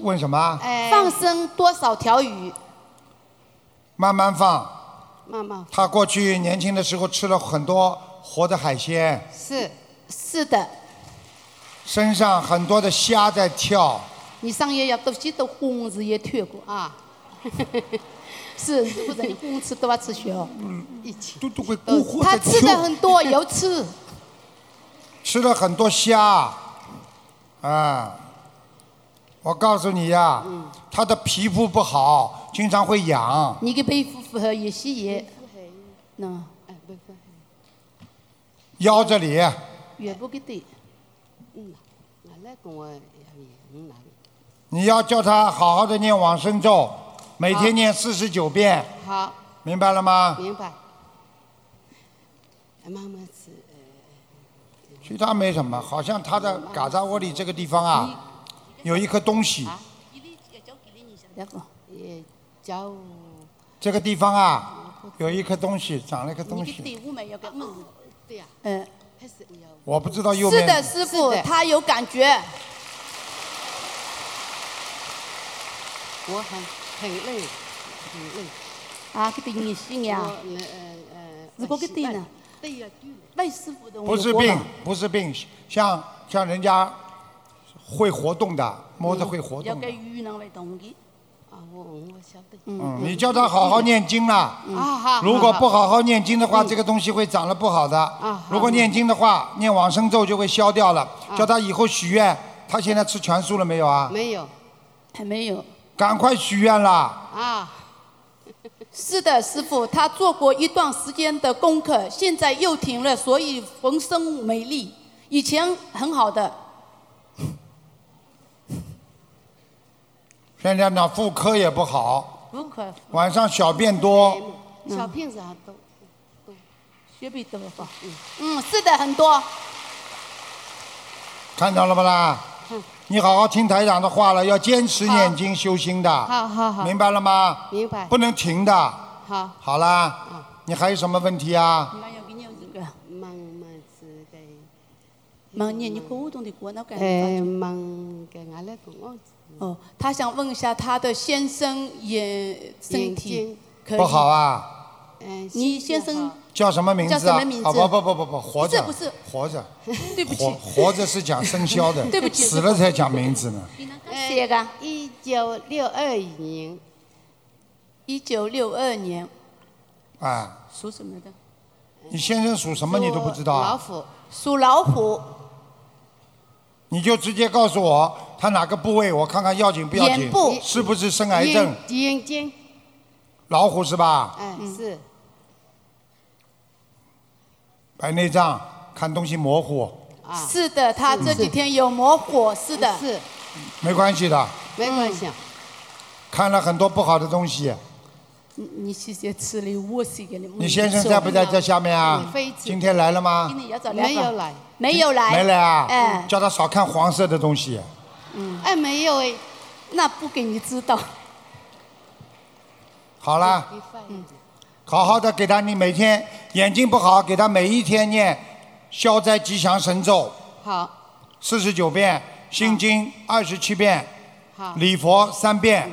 Speaker 2: 问什么？
Speaker 14: 哎
Speaker 7: 放生多少条鱼？
Speaker 2: 慢慢放。
Speaker 14: 妈妈
Speaker 2: 他过去年轻的时候吃了很多活的海鲜，
Speaker 14: 是
Speaker 7: 是的，
Speaker 2: 身上很多的虾在跳。
Speaker 7: 你上月要都记得工资也退过啊。 *laughs* 是，是不是你工资都要吃血哦？
Speaker 14: 一起
Speaker 2: 都都会
Speaker 7: 都他吃的很多，有吃。
Speaker 2: 吃了很多虾，啊，我告诉你呀、
Speaker 13: 嗯
Speaker 2: 他的皮肤不好，经常会痒。
Speaker 14: 你嘅皮膚誒有些嘢，嗱，
Speaker 2: 腰这里，
Speaker 14: 越不嗰啲，嗯，嗱咧講我嗯嗱，
Speaker 2: 你要叫他好好的念往生咒，每
Speaker 13: 啊
Speaker 2: 天念四十九遍，
Speaker 14: 好，
Speaker 2: 明白了吗？
Speaker 14: 明白。慢慢吃，
Speaker 2: 其他没什么，好像他的嘎扎窝里这个地方
Speaker 13: 嗯
Speaker 2: 啊，有一颗东西，
Speaker 13: 啊
Speaker 14: 一個誒就
Speaker 2: 这个地方啊，
Speaker 13: 嗯
Speaker 2: 有一颗东西，长了一颗东
Speaker 14: 你嘅
Speaker 2: 西，
Speaker 14: 地屋咪有個嗯，對呀，
Speaker 13: 嗯，
Speaker 2: 我不知道右
Speaker 13: 是
Speaker 2: 面。
Speaker 13: 的，师傅，他有感觉。
Speaker 14: 我很很累，很累。
Speaker 13: 啊，佢哋熱心呀，
Speaker 14: 我呃
Speaker 13: 如果佢哋呢，
Speaker 14: 對呀，對魏師傅的
Speaker 2: 不是病，不是病，像像人家会活动的，摸着会活
Speaker 14: 有
Speaker 2: 动的
Speaker 14: 嘅。魚能為動嘅。啊，我我曉得。
Speaker 2: 嗯，你叫他好好念经啦。
Speaker 14: 嗯啊好
Speaker 2: 如果
Speaker 14: 好嗯啊
Speaker 2: 不好好念经的话，这个东西会长得不好的。如果念经的话，念往生咒就会消掉了。
Speaker 14: 啊
Speaker 2: 叫他以后许愿，他现在吃全素了没有啊？
Speaker 14: 没有，还没有
Speaker 2: 赶快许愿啦！
Speaker 14: 啊。
Speaker 13: 是的，师傅，他做过一段时间的功课，现在又停了，所以浑身没力。以前很好的，
Speaker 2: 现在呢，妇科也不好，
Speaker 14: 不可。
Speaker 2: 晚上小便多，
Speaker 14: 嗯
Speaker 13: 嗯
Speaker 14: 小骗子还多，
Speaker 13: 啊学比怎么好？嗯，是的，很多。
Speaker 2: 看到了不啦？
Speaker 14: 嗯
Speaker 2: 你好好听台长的话了，要坚持念经修心的。
Speaker 14: 好好好
Speaker 2: 啊明白了吗？
Speaker 14: 明白。
Speaker 2: 不能停的。
Speaker 14: 好，
Speaker 2: 好啦，你还有什么问题啊？
Speaker 14: 慢慢吃的。
Speaker 13: 忙念你过活动的过那个。
Speaker 14: 诶，慢嘅我咧同我
Speaker 13: 嗯哦，他想问一下他的先生也身
Speaker 14: 眼
Speaker 13: 体
Speaker 14: 睛
Speaker 13: 可以
Speaker 2: 不好？啊，
Speaker 14: 诶，
Speaker 13: 你先生
Speaker 2: 叫什么名字
Speaker 13: 叫什
Speaker 2: 啊？
Speaker 13: 么名字
Speaker 2: 啊不不不不不，活着
Speaker 13: 不是
Speaker 2: 活着，
Speaker 13: 对不起
Speaker 2: 活活着是讲生肖的，
Speaker 13: *laughs* 对不起
Speaker 2: 死了才讲名字呢。
Speaker 13: 写个
Speaker 14: 哎一九六二年，
Speaker 13: 一九六二年
Speaker 2: 啊，
Speaker 13: 属什么的？
Speaker 2: 你先生属什么你都不知道
Speaker 14: 老
Speaker 2: 啊？
Speaker 14: 虎
Speaker 13: 属老虎，
Speaker 2: 你就直接告诉我他哪个部位，我看看要紧不要紧
Speaker 13: 眼部，
Speaker 2: 是不是生癌症？
Speaker 14: 眼眼睛，
Speaker 2: 老虎是吧？
Speaker 14: 哎是
Speaker 13: 嗯
Speaker 2: 白内障，看东西模糊，
Speaker 14: 啊，
Speaker 13: 是的，他这几天有模糊，是的，
Speaker 14: 是
Speaker 2: 没关系的，
Speaker 14: 没关系，
Speaker 2: 看了很多不好的东西。
Speaker 13: 你嗯你谢谢吃了我是给你。
Speaker 2: 你先生在不在这下面啊
Speaker 14: 嗯非？常
Speaker 2: 今天来了吗
Speaker 13: 今？天要找两
Speaker 14: 没有
Speaker 13: 个，
Speaker 14: 来，
Speaker 13: 没有来，
Speaker 2: 没来啊
Speaker 13: 哎？，
Speaker 2: 叫他少看黄色的东西。
Speaker 14: 哎没有哎，
Speaker 13: 那不给你知道。
Speaker 2: 好啦，
Speaker 14: 嗯
Speaker 2: 好好的给他，你每天眼睛不好，给他每一天念消灾吉祥神咒
Speaker 14: 好
Speaker 2: 四十九遍，心经二十七遍，
Speaker 14: 好，
Speaker 2: 礼佛三遍，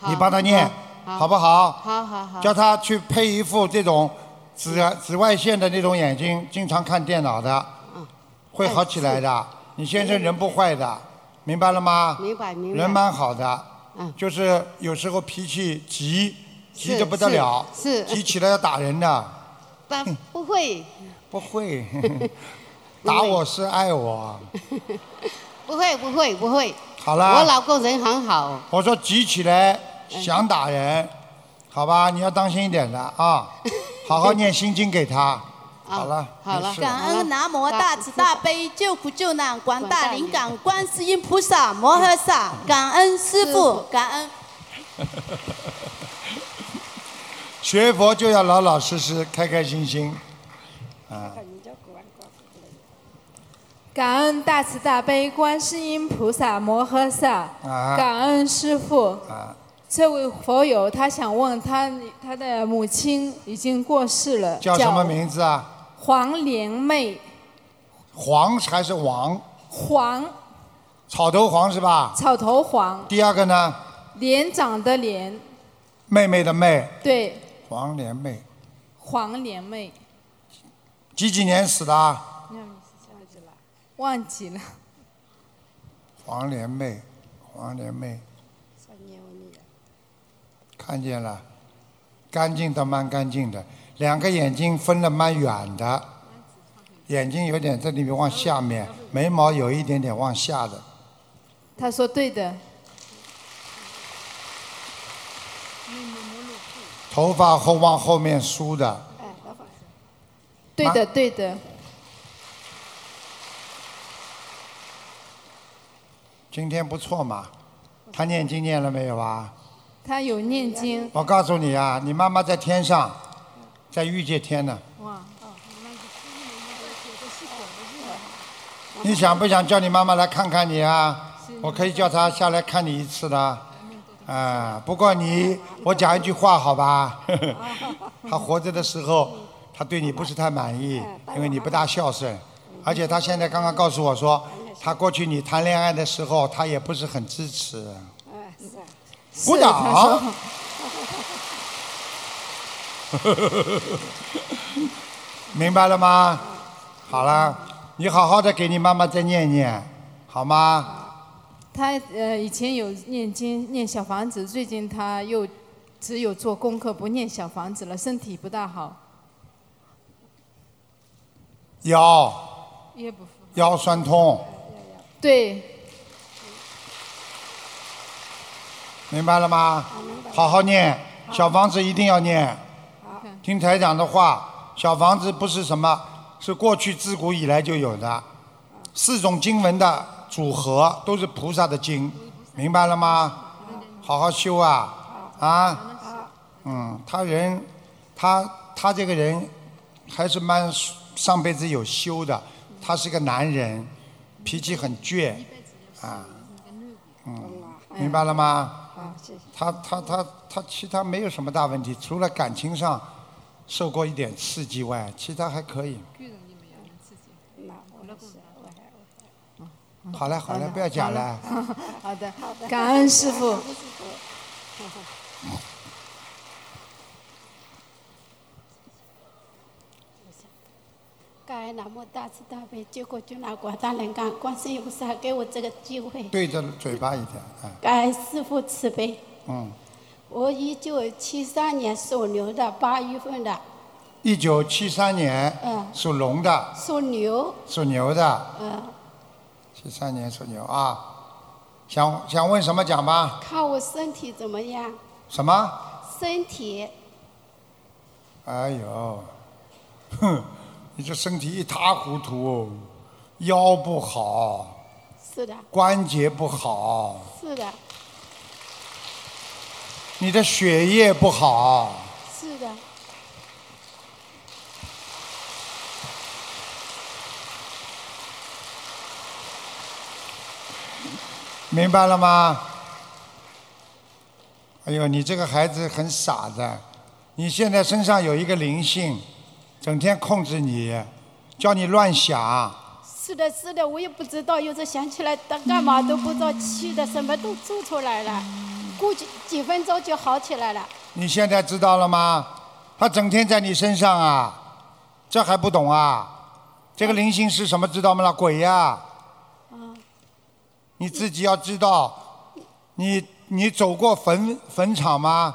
Speaker 14: 好
Speaker 2: 你帮他念，
Speaker 14: 好
Speaker 2: 好不好？
Speaker 14: 好好好，
Speaker 2: 叫他去配一副这种紫紫外线的那种眼睛，经常看电脑的，
Speaker 14: 嗯
Speaker 2: 会好起来
Speaker 14: 哎
Speaker 2: 的。你先生人不坏的，明白了吗？
Speaker 14: 明白明白，
Speaker 2: 人蛮好的，
Speaker 14: 啊
Speaker 2: 啊
Speaker 14: 嗯
Speaker 2: 就是有时候脾气急，急
Speaker 14: 是
Speaker 2: 得不得了，
Speaker 14: 是是
Speaker 2: 急起来要打人的，
Speaker 14: *laughs* 但
Speaker 2: 嗯
Speaker 14: 不会
Speaker 2: 不会，
Speaker 14: *laughs*
Speaker 2: 打我是爱我。
Speaker 14: 不会不会不会，
Speaker 2: 好
Speaker 14: 我
Speaker 2: 了，
Speaker 14: 老公人很好，
Speaker 2: 我说急起来想打
Speaker 14: 嗯
Speaker 2: 人，好吧，你要当心一点的
Speaker 14: *laughs*
Speaker 2: 啊，好好念心经给他。好了，
Speaker 14: 啊好了
Speaker 2: 没事
Speaker 13: 感
Speaker 14: 好了
Speaker 13: 恩南无大慈大悲救苦救难广大灵感观世音菩萨摩诃萨，感恩师傅，感恩。
Speaker 2: 学佛就要老老实实、开开心心。啊
Speaker 15: 感恩大慈大悲观世音菩萨摩诃萨，
Speaker 2: 啊
Speaker 15: 感恩师父。
Speaker 2: 啊
Speaker 15: 这位佛友他想问他他的母亲已经过世了，
Speaker 2: 叫什么名字啊？
Speaker 15: 黄莲妹，
Speaker 2: 黄还是王？
Speaker 15: 黄
Speaker 2: 草头黄是吧？
Speaker 15: 草头黄，
Speaker 2: 第二个呢？
Speaker 15: 莲长的莲，
Speaker 2: 妹妹的妹，
Speaker 15: 对，
Speaker 2: 黄连妹，
Speaker 15: 黄莲妹，
Speaker 2: 几几年死的啊？
Speaker 15: 忘记了，
Speaker 2: 黄连妹，黄连妹，看见了，干净的蛮干净的，两个眼睛分的蛮远的，眼睛有点这里面往下面，眉毛有一点点往下的，
Speaker 15: 他说对的，
Speaker 2: 头发后往后面梳的，
Speaker 15: 对的，对的。
Speaker 2: 今天不错嘛。他念经念了没有啊？
Speaker 15: 他有念经，
Speaker 2: 我告诉你啊，你妈妈在天上，在御界天呢。
Speaker 15: 哇，
Speaker 2: 你想不想叫你妈妈来看看你啊？我可以叫她下来看你一次的。啊、不过你，我讲一句话好吧？ *laughs* 她活着的时候，她对你不是太满意，因为你不大孝顺，而且她现在刚刚告诉我说，她过去你谈恋爱的时候，她也不是很支持。 *laughs* 鼓掌。明白了吗？好了，你好好的给你妈妈再念念，好吗？
Speaker 15: 他呃以前有念经念小房子，最近他又只有做功课，不念小房子了，身体不大好，
Speaker 2: 腰
Speaker 15: 也不
Speaker 2: 腰酸痛，
Speaker 15: 对。
Speaker 2: 明白了吗？好好念，小房子一定要念。听台长的话，小房子不是什么，是过去自古以来就有的，四种经文的组合都是菩萨的经，明白了吗？好好修啊，啊，嗯，他人，他他这个人还是蛮上辈子有修的，他是个男人，脾气很倔，啊，嗯，明白了吗？
Speaker 16: 好，谢谢。
Speaker 2: 他他他他其他没有什么大问题，除了感情上受过一点刺激外，其他还可以。
Speaker 8: 嗯
Speaker 2: 好了好了，不要讲了。
Speaker 15: 好的，感恩师傅。
Speaker 7: 感恩南无大慈大悲救苦救难广大灵感观世音菩萨给我这个机会，
Speaker 2: *laughs* 对着嘴巴一点，啊，
Speaker 7: 感恩师父慈悲。
Speaker 2: 嗯，
Speaker 7: 我一九七三年属牛的，八月份的，
Speaker 2: 一九七三年
Speaker 7: 嗯，
Speaker 2: 属龙的，
Speaker 7: 属牛，
Speaker 2: 属牛的，
Speaker 7: 嗯，
Speaker 2: 七三年属牛啊。想想问什么讲吧？
Speaker 7: 看我身体怎么样？
Speaker 2: 什么？
Speaker 7: 身体
Speaker 2: 哎呦，哼，你这身体一塌糊涂，腰不好，
Speaker 7: 是的，
Speaker 2: 关节不好，
Speaker 7: 是的，
Speaker 2: 你的血液不好，
Speaker 7: 是的，
Speaker 2: 明白了吗？哎呦，你这个孩子很傻的，你现在身上有一个灵性，整天控制你，叫你乱想。
Speaker 7: 是的，是的，我也不知道，有时想起来干干嘛都不知道，气的什么都做出来了，过几几分钟就好起来了。
Speaker 2: 你现在知道了吗？他整天在你身上啊，这还不懂啊？这个灵性是什么知道吗？鬼呀、
Speaker 7: 啊，
Speaker 2: 你自己要知道，你你走过坟坟场吗？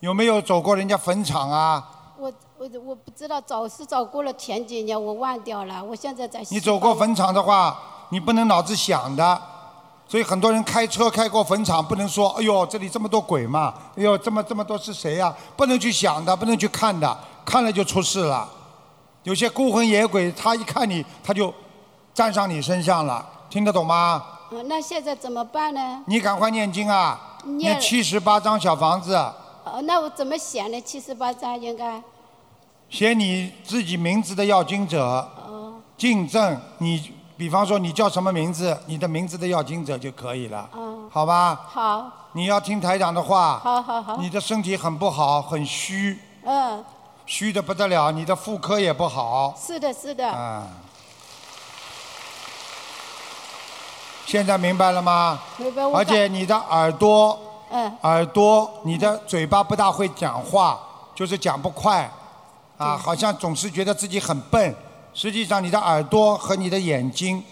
Speaker 2: 有没有走过人家坟场啊？
Speaker 7: 我我我不知道，早是早过了前几年，我忘掉了，我现在在。
Speaker 2: 你走过坟？场的话，你不能脑子想的，所以很多人开车开过坟场，不能说哎呦这里这么多鬼嘛，哎呦这么这么多是谁呀、不能去想的，不能去看的，看了就出事了。有些孤魂野鬼，他一看你，他就站上你身上了，听得懂吗？
Speaker 7: 嗯，那现在怎么办呢？
Speaker 2: 你赶快念经啊，
Speaker 7: 念
Speaker 2: 念七十八张小房子。
Speaker 7: 呃，那我怎么写呢？七十八章应该。
Speaker 2: 写你自己名字的要经者，
Speaker 7: 哦
Speaker 2: 敬证你，比方说你叫什么名字，你的名字的要经者就可以了，
Speaker 7: 哦，
Speaker 2: 好吧？
Speaker 7: 好，
Speaker 2: 你要听台长的话，
Speaker 7: 好好好。
Speaker 2: 啊你的身体很不好，很虚，
Speaker 7: 嗯，
Speaker 2: 虚的不得了，你的妇科也不好，
Speaker 7: 是的，是的。
Speaker 2: 啊。现在明白了吗？
Speaker 7: 明白我
Speaker 2: 而且
Speaker 7: 感
Speaker 2: 你的耳朵，
Speaker 7: 嗯，
Speaker 2: 耳朵，你的嘴巴不大会讲话，就是讲不快，啊，好像总是觉得自己很笨。实际上，你的耳朵和你的眼睛，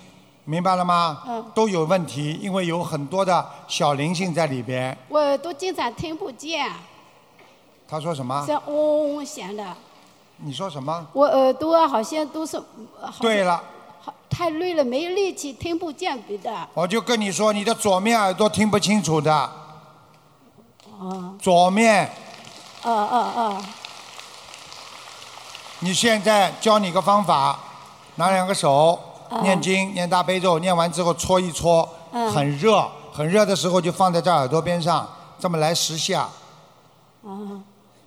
Speaker 2: 明白了吗？
Speaker 7: 嗯
Speaker 2: 都有问题，因为有很多的小灵性在里边。
Speaker 7: 我都经常听不见，
Speaker 2: 啊他说什么？
Speaker 7: 像嗡嗡嗡响的，
Speaker 2: 你说什么？
Speaker 7: 我耳朵好像都是。好像
Speaker 2: 对了，
Speaker 7: 好太累了，没力气，听不见别的。
Speaker 2: 我就跟你说，你的左面耳朵听不清楚的，
Speaker 7: 哦，
Speaker 2: 左面。
Speaker 7: 哦哦哦，
Speaker 2: 你现在教你个方法，拿两个手
Speaker 7: 嗯
Speaker 2: 念经，念大悲咒，念完之后搓一搓，
Speaker 7: 嗯
Speaker 2: 很热，很热的时候就放在这耳朵边上，这么来十下，
Speaker 7: 哦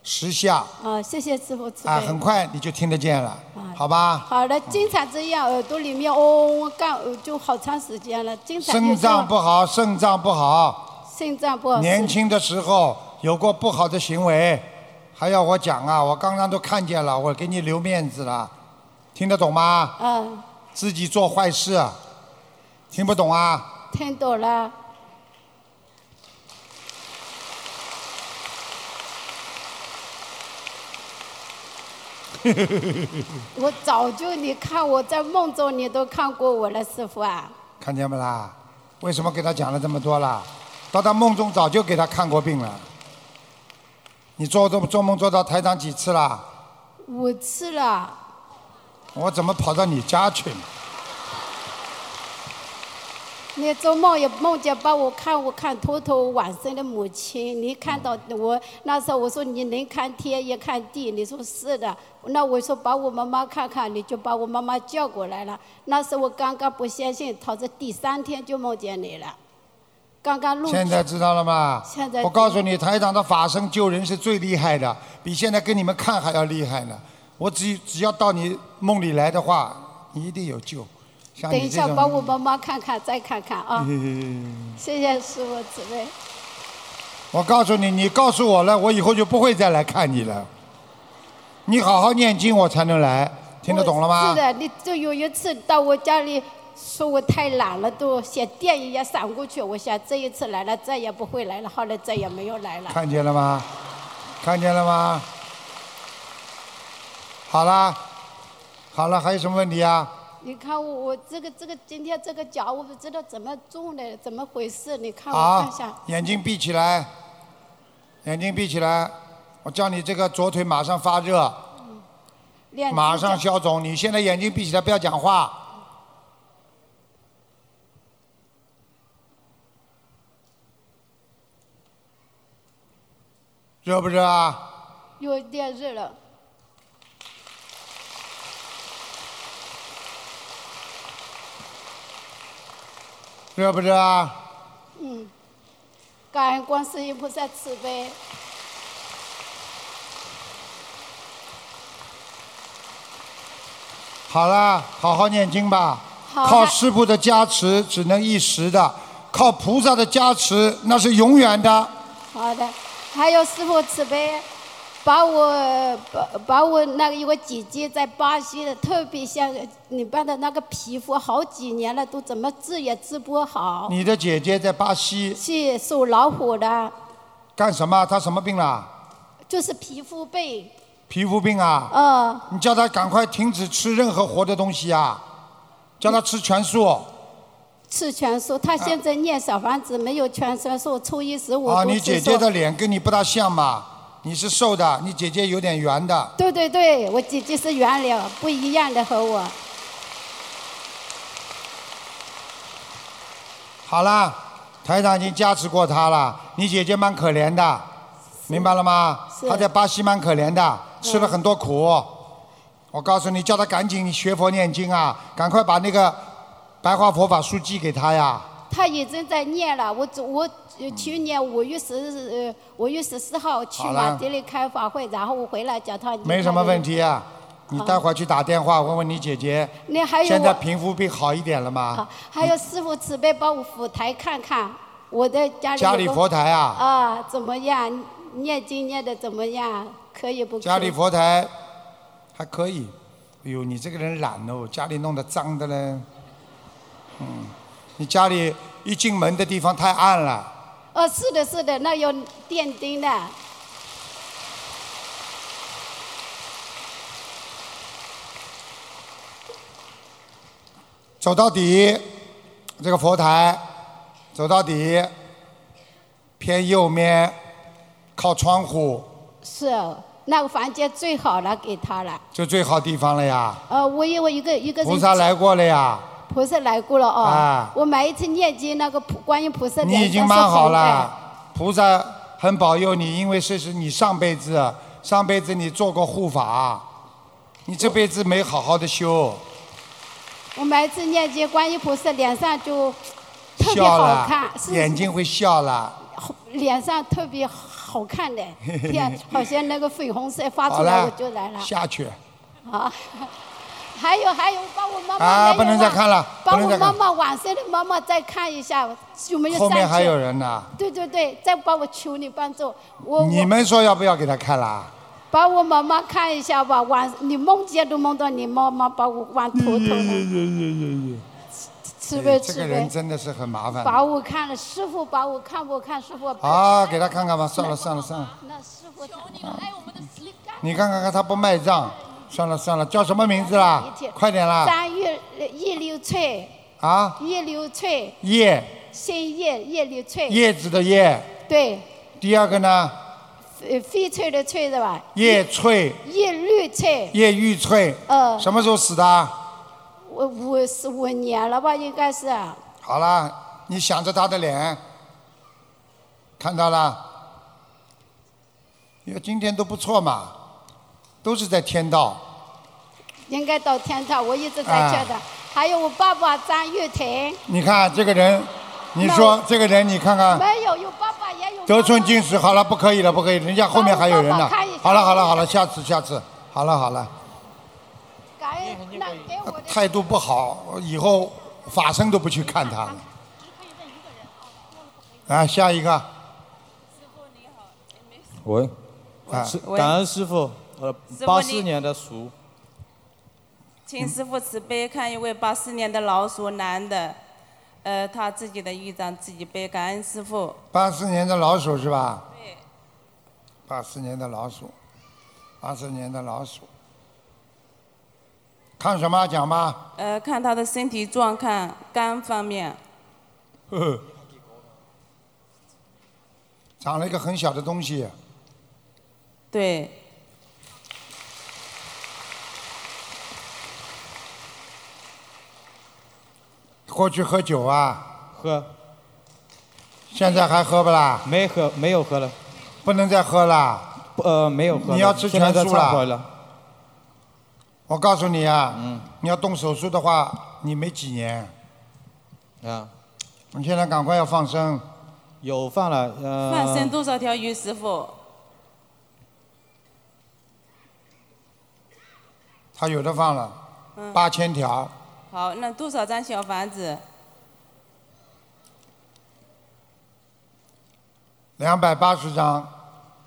Speaker 2: 十下，
Speaker 7: 哦，谢谢师傅慈悲。
Speaker 2: 啊，很快你就听得见了，
Speaker 7: 啊
Speaker 2: 好吧？
Speaker 7: 好了，经常这样，耳朵里面嗡嗡干，呃就好长时间了，经常有
Speaker 2: 肾
Speaker 7: 这样
Speaker 2: 脏不好，肾脏不好，
Speaker 7: 肾脏不好，
Speaker 2: 年轻的时候有过不好的行为，还要我讲啊？我刚刚都看见了，我给你留面子了，听得懂吗？
Speaker 7: 嗯，
Speaker 2: 自己做坏事，听不懂啊？ *laughs*
Speaker 7: 听懂了，我早就你看我在梦中你都看过我了，师傅啊，
Speaker 2: 看见没啦？为什么给他讲了这么多啦？到他梦中早就给他看过病了。你做做做梦做到台长几次啦？
Speaker 7: 五次了，
Speaker 2: 我怎么跑到你家去了？
Speaker 7: 你做梦也梦见把我看我看头头往生的母亲，你看到我那时候我说你能看天也看地，你说是的，那我说把我妈妈看看，你就把我妈妈叫过来了。那时候我刚刚不相信，他是第三天就梦见你了，刚刚录
Speaker 2: 现在知道了吗？
Speaker 7: 现在知道
Speaker 2: 我告诉你，台长的法身救人是最厉害的，比现在跟你们看还要厉害呢。我只只要到你梦里来的话，你一定有救。像
Speaker 7: 等一
Speaker 2: 你这
Speaker 7: 下把我
Speaker 2: 种，
Speaker 7: 妈妈看看再看看啊，谢谢师傅慈悲。
Speaker 2: *laughs* 我告诉你，你告诉我了，我以后就不会再来看你了。你好好念经，我才能来，听得懂了吗？
Speaker 7: 是的，你就有一次到我家里说我太懒了，都像电一样闪过去。我想这一次来了，再也不会来了。后来再也没有来了。
Speaker 2: 看见了吗？看见了吗？好啦，好了，还有什么问题啊？
Speaker 7: 你看我我这个这个今天这个脚，我不知道怎么中的，怎么回事？你看我看一下
Speaker 2: 好，，眼睛闭起来，眼睛闭起来。我叫你这个左腿马上发热，
Speaker 7: 嗯两只
Speaker 2: 马上
Speaker 7: 脚
Speaker 2: 消肿。你现在眼睛闭起来，不要讲话。热不热啊？
Speaker 7: 有点热了。
Speaker 2: 热不热啊？
Speaker 7: 嗯，感恩观世音菩萨慈悲。
Speaker 2: 好啦，好好念经吧。
Speaker 7: 好
Speaker 2: 靠
Speaker 7: 还
Speaker 2: 师傅的加持只能一时的，靠菩萨的加持那是永远的。
Speaker 7: 好的，还有师傅慈悲，把我把把我那个有个姐姐在巴西的，特别像你爸的那个皮肤，好几年了都怎么治也治不好，
Speaker 2: 你的姐姐在巴西
Speaker 7: 去哦属老虎的，
Speaker 2: 干什么？她什么病啦？
Speaker 7: 就是皮肤病，
Speaker 2: 皮肤病啊？
Speaker 7: 呃，
Speaker 2: 你叫她赶快停止吃任何活的东西啊！叫她吃全素
Speaker 7: 吃全素，她现在念小房子没有全素，初一十五
Speaker 2: 啊！
Speaker 7: 都
Speaker 2: 你
Speaker 7: 吃
Speaker 2: 姐
Speaker 7: 素
Speaker 2: 姐的脸跟你不大像嘛，你是瘦的，你姐姐有点圆的。
Speaker 7: 对对对，我姐姐是原料，不一样的和我。
Speaker 2: 好啦，台长已经加持过她了，你姐姐蛮可怜的，明白了吗？
Speaker 7: 是嗯
Speaker 2: 她在巴西蛮可怜的，吃了很多苦。我告诉你，叫她赶紧学佛念经啊，赶快把那个白话佛法书寄给她呀。
Speaker 7: 他已经在念了。我昨我呃去年五月十日呃五月十四号去
Speaker 2: 嗯好了
Speaker 7: 马德里开法会，然后我回来叫他念
Speaker 2: 没什么问。题啊，你
Speaker 7: 好
Speaker 2: 待会儿去打电话问问你姐姐。
Speaker 7: 那还有
Speaker 2: 现在啊嗯
Speaker 7: 我啊
Speaker 2: 皮肤病好一点了吗？
Speaker 7: 还有师傅慈悲帮我佛台看看，我的家里有
Speaker 2: 家里
Speaker 7: 个
Speaker 2: 佛台啊
Speaker 7: 啊怎么样？念经念的怎么样？可以不可以？
Speaker 2: 家里佛台还可以。哎呦，你这个人懒哦，家里弄得脏的嘞。嗯，你家里一进门的地方太暗了，
Speaker 7: 哦，是的，是的，那有电灯的。
Speaker 2: 走到底，这个佛台走到底，偏右面，靠窗户。
Speaker 7: 是哦，那个房间最好了给他了。
Speaker 2: 就最好地方了呀，
Speaker 7: 呃，我有我一个一个人
Speaker 2: 菩萨来过了呀，
Speaker 7: 菩萨来过了哦。
Speaker 2: 啊
Speaker 7: 我买一次念经，那个普观音菩萨
Speaker 2: 你已
Speaker 7: 脸
Speaker 2: 经
Speaker 7: 上
Speaker 2: 蛮
Speaker 7: 是
Speaker 2: 好
Speaker 7: 红的。
Speaker 2: 了，菩萨很保佑你，因为这是你上辈子，啊上辈子你做过护法，你这辈子没好好的修，
Speaker 7: 我买一次念经，观音菩萨脸上就特别
Speaker 2: 笑
Speaker 7: 好
Speaker 2: 了
Speaker 7: 看，，是啊
Speaker 2: 眼睛会笑了。，
Speaker 7: 脸上特别好看的
Speaker 2: *laughs*
Speaker 7: 天好像那个粉红色发
Speaker 2: 好
Speaker 7: 出来我
Speaker 2: 了
Speaker 7: 就来了，。
Speaker 2: 下去
Speaker 7: 啊， *laughs* 还有还有，帮我妈妈
Speaker 2: 啊
Speaker 7: 还有
Speaker 2: 不能再看了不
Speaker 7: 帮
Speaker 2: 能再
Speaker 7: 我
Speaker 2: 看
Speaker 7: 妈妈晚上的妈妈再看一下有没有
Speaker 2: 后面
Speaker 7: 上
Speaker 2: 还
Speaker 7: 去
Speaker 2: 有人呢，
Speaker 7: 对对对，再帮我求你帮助我，
Speaker 2: 你
Speaker 7: 我
Speaker 2: 们说要不要给他看啦？
Speaker 7: 帮我妈妈看一下吧。晚你梦见都梦到你妈妈把我往头啊头了，
Speaker 2: 嗯
Speaker 7: 慈悲
Speaker 2: 哎这
Speaker 7: 慈
Speaker 2: 个
Speaker 7: 悲
Speaker 2: 人，真的是很麻烦。
Speaker 7: 把我看了，师傅把我看我看师傅。
Speaker 2: 啊，给他看看吧，算了算了算了，
Speaker 7: 那师傅他
Speaker 2: 你看看看他不卖账，算了算了，叫什么名字啦？快点啦！
Speaker 7: 张玉叶柳翠，
Speaker 2: 啊，
Speaker 7: 叶柳翠，
Speaker 2: 叶
Speaker 7: 新叶叶柳翠。
Speaker 2: 叶子的叶，
Speaker 7: 对，
Speaker 2: 第二个呢，
Speaker 7: 呃，翡翠的翠是吧？
Speaker 2: 叶翠，
Speaker 7: 叶绿翠，
Speaker 2: 叶玉翠，
Speaker 7: 呃，
Speaker 2: 什么时候死的啊？
Speaker 7: 我五十五年了吧，应该是啊。
Speaker 2: 好啦，你想着他的脸，看到了？哟，今天都不错嘛，都是在天道。
Speaker 7: 应该到天堂，我一直在
Speaker 2: 啊
Speaker 7: 觉得。还有我爸爸张玉婷，
Speaker 2: 你看这个人，你说这个人，你看看。
Speaker 7: 没有，有爸爸也有。
Speaker 2: 得寸进尺，好了，不可以了，不可以，人家后面还有人
Speaker 7: 帮我爸
Speaker 2: 呢
Speaker 7: 爸看一下。
Speaker 2: 好了，好了，好了，下次，下次，好了，好了，
Speaker 7: 感恩那给我的
Speaker 2: 态度不好，以后法身都不去看他了。啊，下一个，
Speaker 16: 喂，
Speaker 2: 啊
Speaker 16: 是
Speaker 17: 喂
Speaker 16: 感恩师傅，呃
Speaker 17: 师，傅
Speaker 16: 八
Speaker 17: 你
Speaker 16: 四年的鼠，
Speaker 17: 请师傅慈悲看一位八四年的老鼠男的，呃，他自己的业障自己背，感恩师傅。
Speaker 2: 八四年的老鼠是吧？对。八四年的老鼠，八四年的老鼠，看什么讲吧？
Speaker 17: 呃，看他的身体状况，肝方面，
Speaker 2: 呵呵长了一个很小的东西，
Speaker 17: 对，
Speaker 2: 过去喝酒啊，
Speaker 16: 喝，
Speaker 2: 现在还喝不啦？
Speaker 16: 没喝，没有喝了，
Speaker 2: 不能再喝了。
Speaker 16: 不呃，没有喝了。
Speaker 2: 你要吃
Speaker 16: 现在
Speaker 2: 全
Speaker 16: 在
Speaker 2: 素
Speaker 16: 忏悔
Speaker 2: 了
Speaker 16: 了，嗯
Speaker 2: 我告诉你啊，你要动手术的话，你没几年。
Speaker 16: 啊，
Speaker 2: 你现在赶快要放生，
Speaker 16: 有饭了，呃，
Speaker 17: 放生多少条鱼，师傅？
Speaker 2: 他有的放了，
Speaker 17: 嗯，
Speaker 2: 八千条，
Speaker 17: 好，那多少张小房子？
Speaker 2: 两百八十张，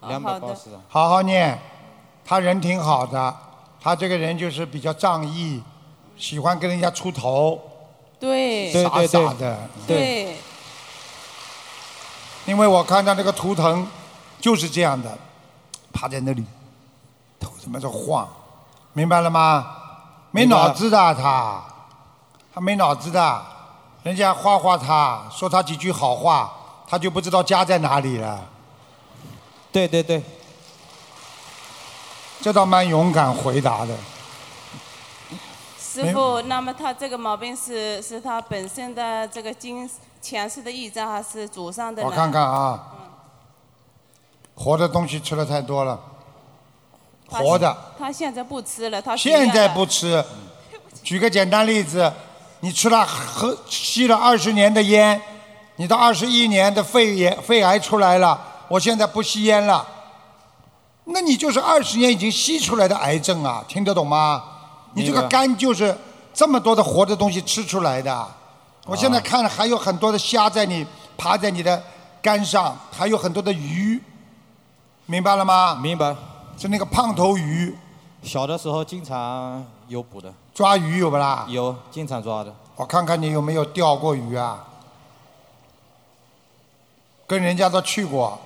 Speaker 16: 两百八十。
Speaker 2: 好好念。他人挺好的，他这个人就是比较仗义，喜欢跟人家出头，
Speaker 17: 对，
Speaker 2: 傻傻的。
Speaker 17: 对，
Speaker 2: 因为我看到那个图腾就是这样的，趴在那里，头他妈在晃，明白了吗？没
Speaker 16: 明白了
Speaker 2: 脑子的啊他，他没脑子的，人家画画他，说他几句好话，他就不知道家在哪里了。
Speaker 16: 对对对，
Speaker 2: 这倒蛮勇敢回答的。
Speaker 17: 师傅，那么他这个毛病是是他本身的这个经前世的业障，还是祖上的呢？
Speaker 2: 我看看啊，活的东西吃的太多了，
Speaker 17: 他
Speaker 2: 活的。
Speaker 17: 他现在不吃了，他许愿
Speaker 2: 现在
Speaker 17: 了
Speaker 2: 不吃，举个简单例子，你吃了喝吸了二十年的烟，你到二十一年的肺炎肺癌出来了，我现在不吸烟了，那你就是二十年已经吸出来的癌症啊，听得懂吗？你这
Speaker 16: 明
Speaker 2: 个
Speaker 16: 白
Speaker 2: 肝就是这么多的活的东西吃出来的，我现在看还有很多的虾在你爬在你的肝上，还有很多的鱼，明白了吗？
Speaker 16: 明白。
Speaker 2: 是那个胖头鱼，
Speaker 16: 小的时候经常有捕的，
Speaker 2: 抓鱼有不啦？
Speaker 16: 有经常抓的，
Speaker 2: 我看看你有没有钓过鱼啊？跟人家都去过，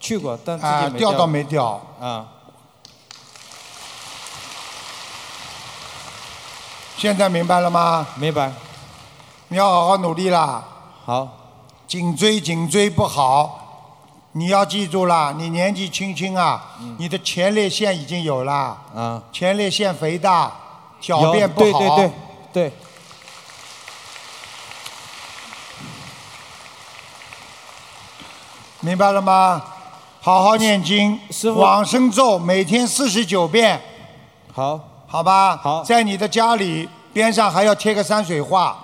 Speaker 16: 去过，但自己
Speaker 2: *laughs* 啊，
Speaker 16: 没
Speaker 2: 钓
Speaker 16: 钓
Speaker 2: 倒没钓。
Speaker 16: 啊，
Speaker 2: 现在明白了吗？
Speaker 16: 明白。
Speaker 2: 你要好好努力啦。
Speaker 16: 好。
Speaker 2: 颈椎颈椎不好，你要记住了，你年纪轻轻啊，你的前列腺已经有了，
Speaker 16: 嗯啊，
Speaker 2: 前列腺肥大，小便不
Speaker 16: 对对
Speaker 2: 好，
Speaker 16: 对对，
Speaker 2: 明白了吗？好好念经，往生咒每天四十九遍，
Speaker 16: 好，
Speaker 2: 好吧，好，在你的家里边上还要贴个山水画，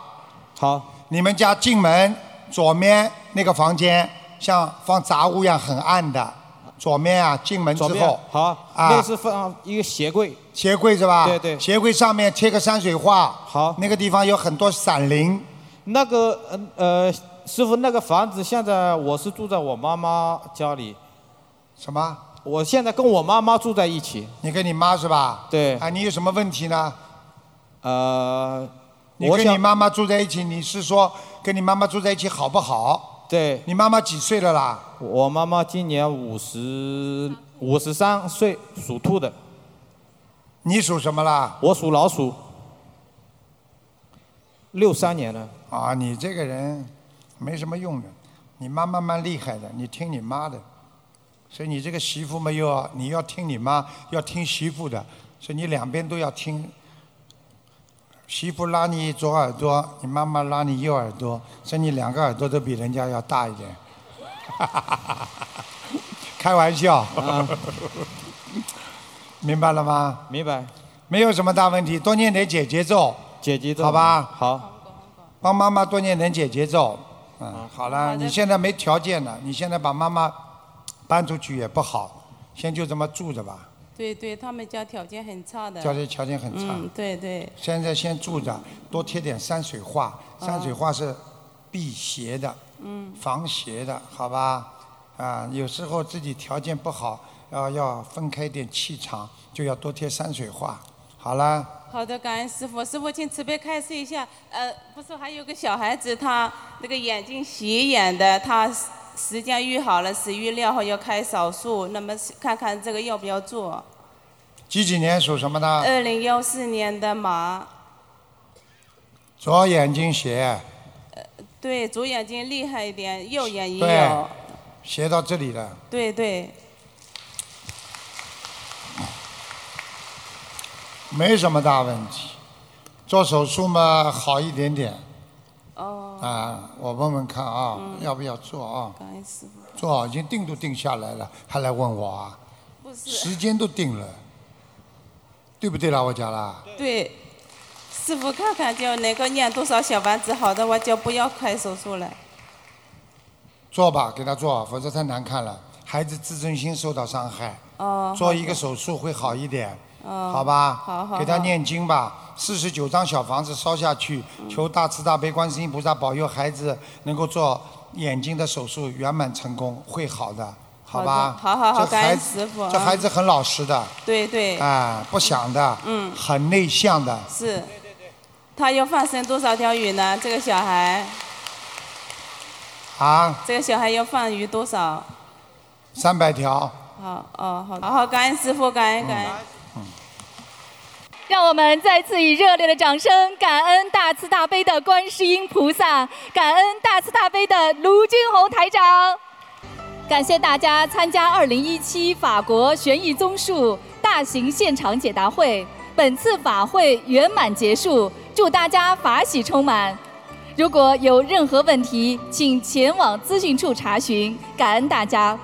Speaker 16: 好，
Speaker 2: 你们家进门左面那个房间像放杂物一样很暗的，左面啊进门之
Speaker 16: 左边
Speaker 2: 后，
Speaker 16: 好，
Speaker 2: 啊
Speaker 16: 那是放一个鞋柜，
Speaker 2: 鞋柜是吧？
Speaker 16: 对对
Speaker 2: 鞋柜上面贴个山水画，
Speaker 16: 好，
Speaker 2: 那个地方有很多闪灵，
Speaker 16: 那个嗯呃，师傅，那个房子现在我是住在我妈妈家里。
Speaker 2: 什么？
Speaker 16: 我现在跟我妈妈住在一起。
Speaker 2: 你跟你妈是吧？
Speaker 16: 对。
Speaker 2: 啊，你有什么问题呢？
Speaker 16: 呃，
Speaker 2: 你
Speaker 16: 我
Speaker 2: 跟
Speaker 16: 想
Speaker 2: 你妈妈住在一起，你是说跟你妈妈住在一起好不好？
Speaker 16: 对。
Speaker 2: 你妈妈几岁了啦？
Speaker 16: 我妈妈今年五十五十三岁，属兔的。
Speaker 2: 你属什么啦？
Speaker 16: 我属老鼠。六三年的。
Speaker 2: 啊，你这个人没什么用的，你妈妈蛮厉害的，你听你妈的，所以你这个媳妇嘛又要你要听你妈，要听媳妇的，所以你两边都要听。媳妇拉你左耳朵，你妈妈拉你右耳朵，所以你两个耳朵都比人家要大一点。 *laughs* 开玩笑， *laughs* 明白了吗？
Speaker 16: 明白。
Speaker 2: 没有什么大问题，多念点姐姐咒。
Speaker 16: 姐姐咒。
Speaker 2: 好吧。
Speaker 16: 好。
Speaker 2: 帮妈妈多念点姐姐咒。嗯，好了，你现在没条件了，你现在把妈妈搬出去也不好，先就这么住着吧，
Speaker 17: 对对，他们家条件很差的。
Speaker 2: 条件条件很差。
Speaker 17: 嗯，对对。
Speaker 2: 现在先住着，多贴点山水画，山水画是辟邪的。
Speaker 17: 嗯，
Speaker 2: 防邪的，好吧？啊，有时候自己条件不好，要要分开点气场，就要多贴山水画。好了，
Speaker 17: 好的，感恩师傅，师傅请慈悲开示一下。呃，不是还有个小孩子，他那个眼睛斜眼的，他时时间预好了，十月六号要开手术，那么是看看这个要不要做。
Speaker 2: 几几年属什么呢？
Speaker 17: 二零幺四年的马，
Speaker 2: 左眼睛斜，
Speaker 17: 对，左眼睛厉害一点，右眼也
Speaker 2: 对
Speaker 17: 有，，
Speaker 2: 斜到这里了。
Speaker 17: 对对，
Speaker 2: 没什么大问题，做手术嘛好一点点。
Speaker 17: 哦。嗯
Speaker 2: 啊，我问问看啊，要不要做啊？
Speaker 17: 感恩师傅。
Speaker 2: 做已经定都定下来了，还来问我啊？
Speaker 17: 不是。
Speaker 2: 时间都定了，对不对啦？我讲啦，
Speaker 17: 对，师傅看看就能够念多少小丸子，好的我就不要开手术了。
Speaker 2: 做吧，给他做，否则太难看了，孩子自尊心受到伤害。
Speaker 17: 哦。
Speaker 2: 做一个手术会好一点，
Speaker 17: 哦
Speaker 2: 好吧？
Speaker 17: 好好。
Speaker 2: 给他
Speaker 17: 好
Speaker 2: 念经吧，四十九张小房子烧下去，求
Speaker 17: 嗯
Speaker 2: 大慈大悲观世音菩萨保佑孩子能够做眼睛的手术圆满成功，会好的，
Speaker 17: 好的
Speaker 2: 吧？
Speaker 17: 好好好
Speaker 2: 这
Speaker 17: 感恩
Speaker 2: 孩子
Speaker 17: 师父
Speaker 2: 这
Speaker 17: 嗯
Speaker 2: 孩子很老实的，
Speaker 17: 对对。
Speaker 2: 啊，不想的，
Speaker 17: 嗯
Speaker 2: 很内向的，
Speaker 17: 是。他要放生多少条鱼呢？这个小孩，
Speaker 2: 啊，
Speaker 17: 这个小孩要放鱼多少？
Speaker 2: 三百条。
Speaker 17: 好哦，好，好好，感恩师傅，感恩感恩。
Speaker 1: 让我们再次以热烈的掌声，感恩大慈大悲的观世音菩萨，感恩大慈大悲的卢军红台长。感谢大家参加2017法国悬疑综述大型现场解答会，本次法会圆满结束，祝大家法喜充满。如果有任何问题，请前往资讯处查询。感恩大家。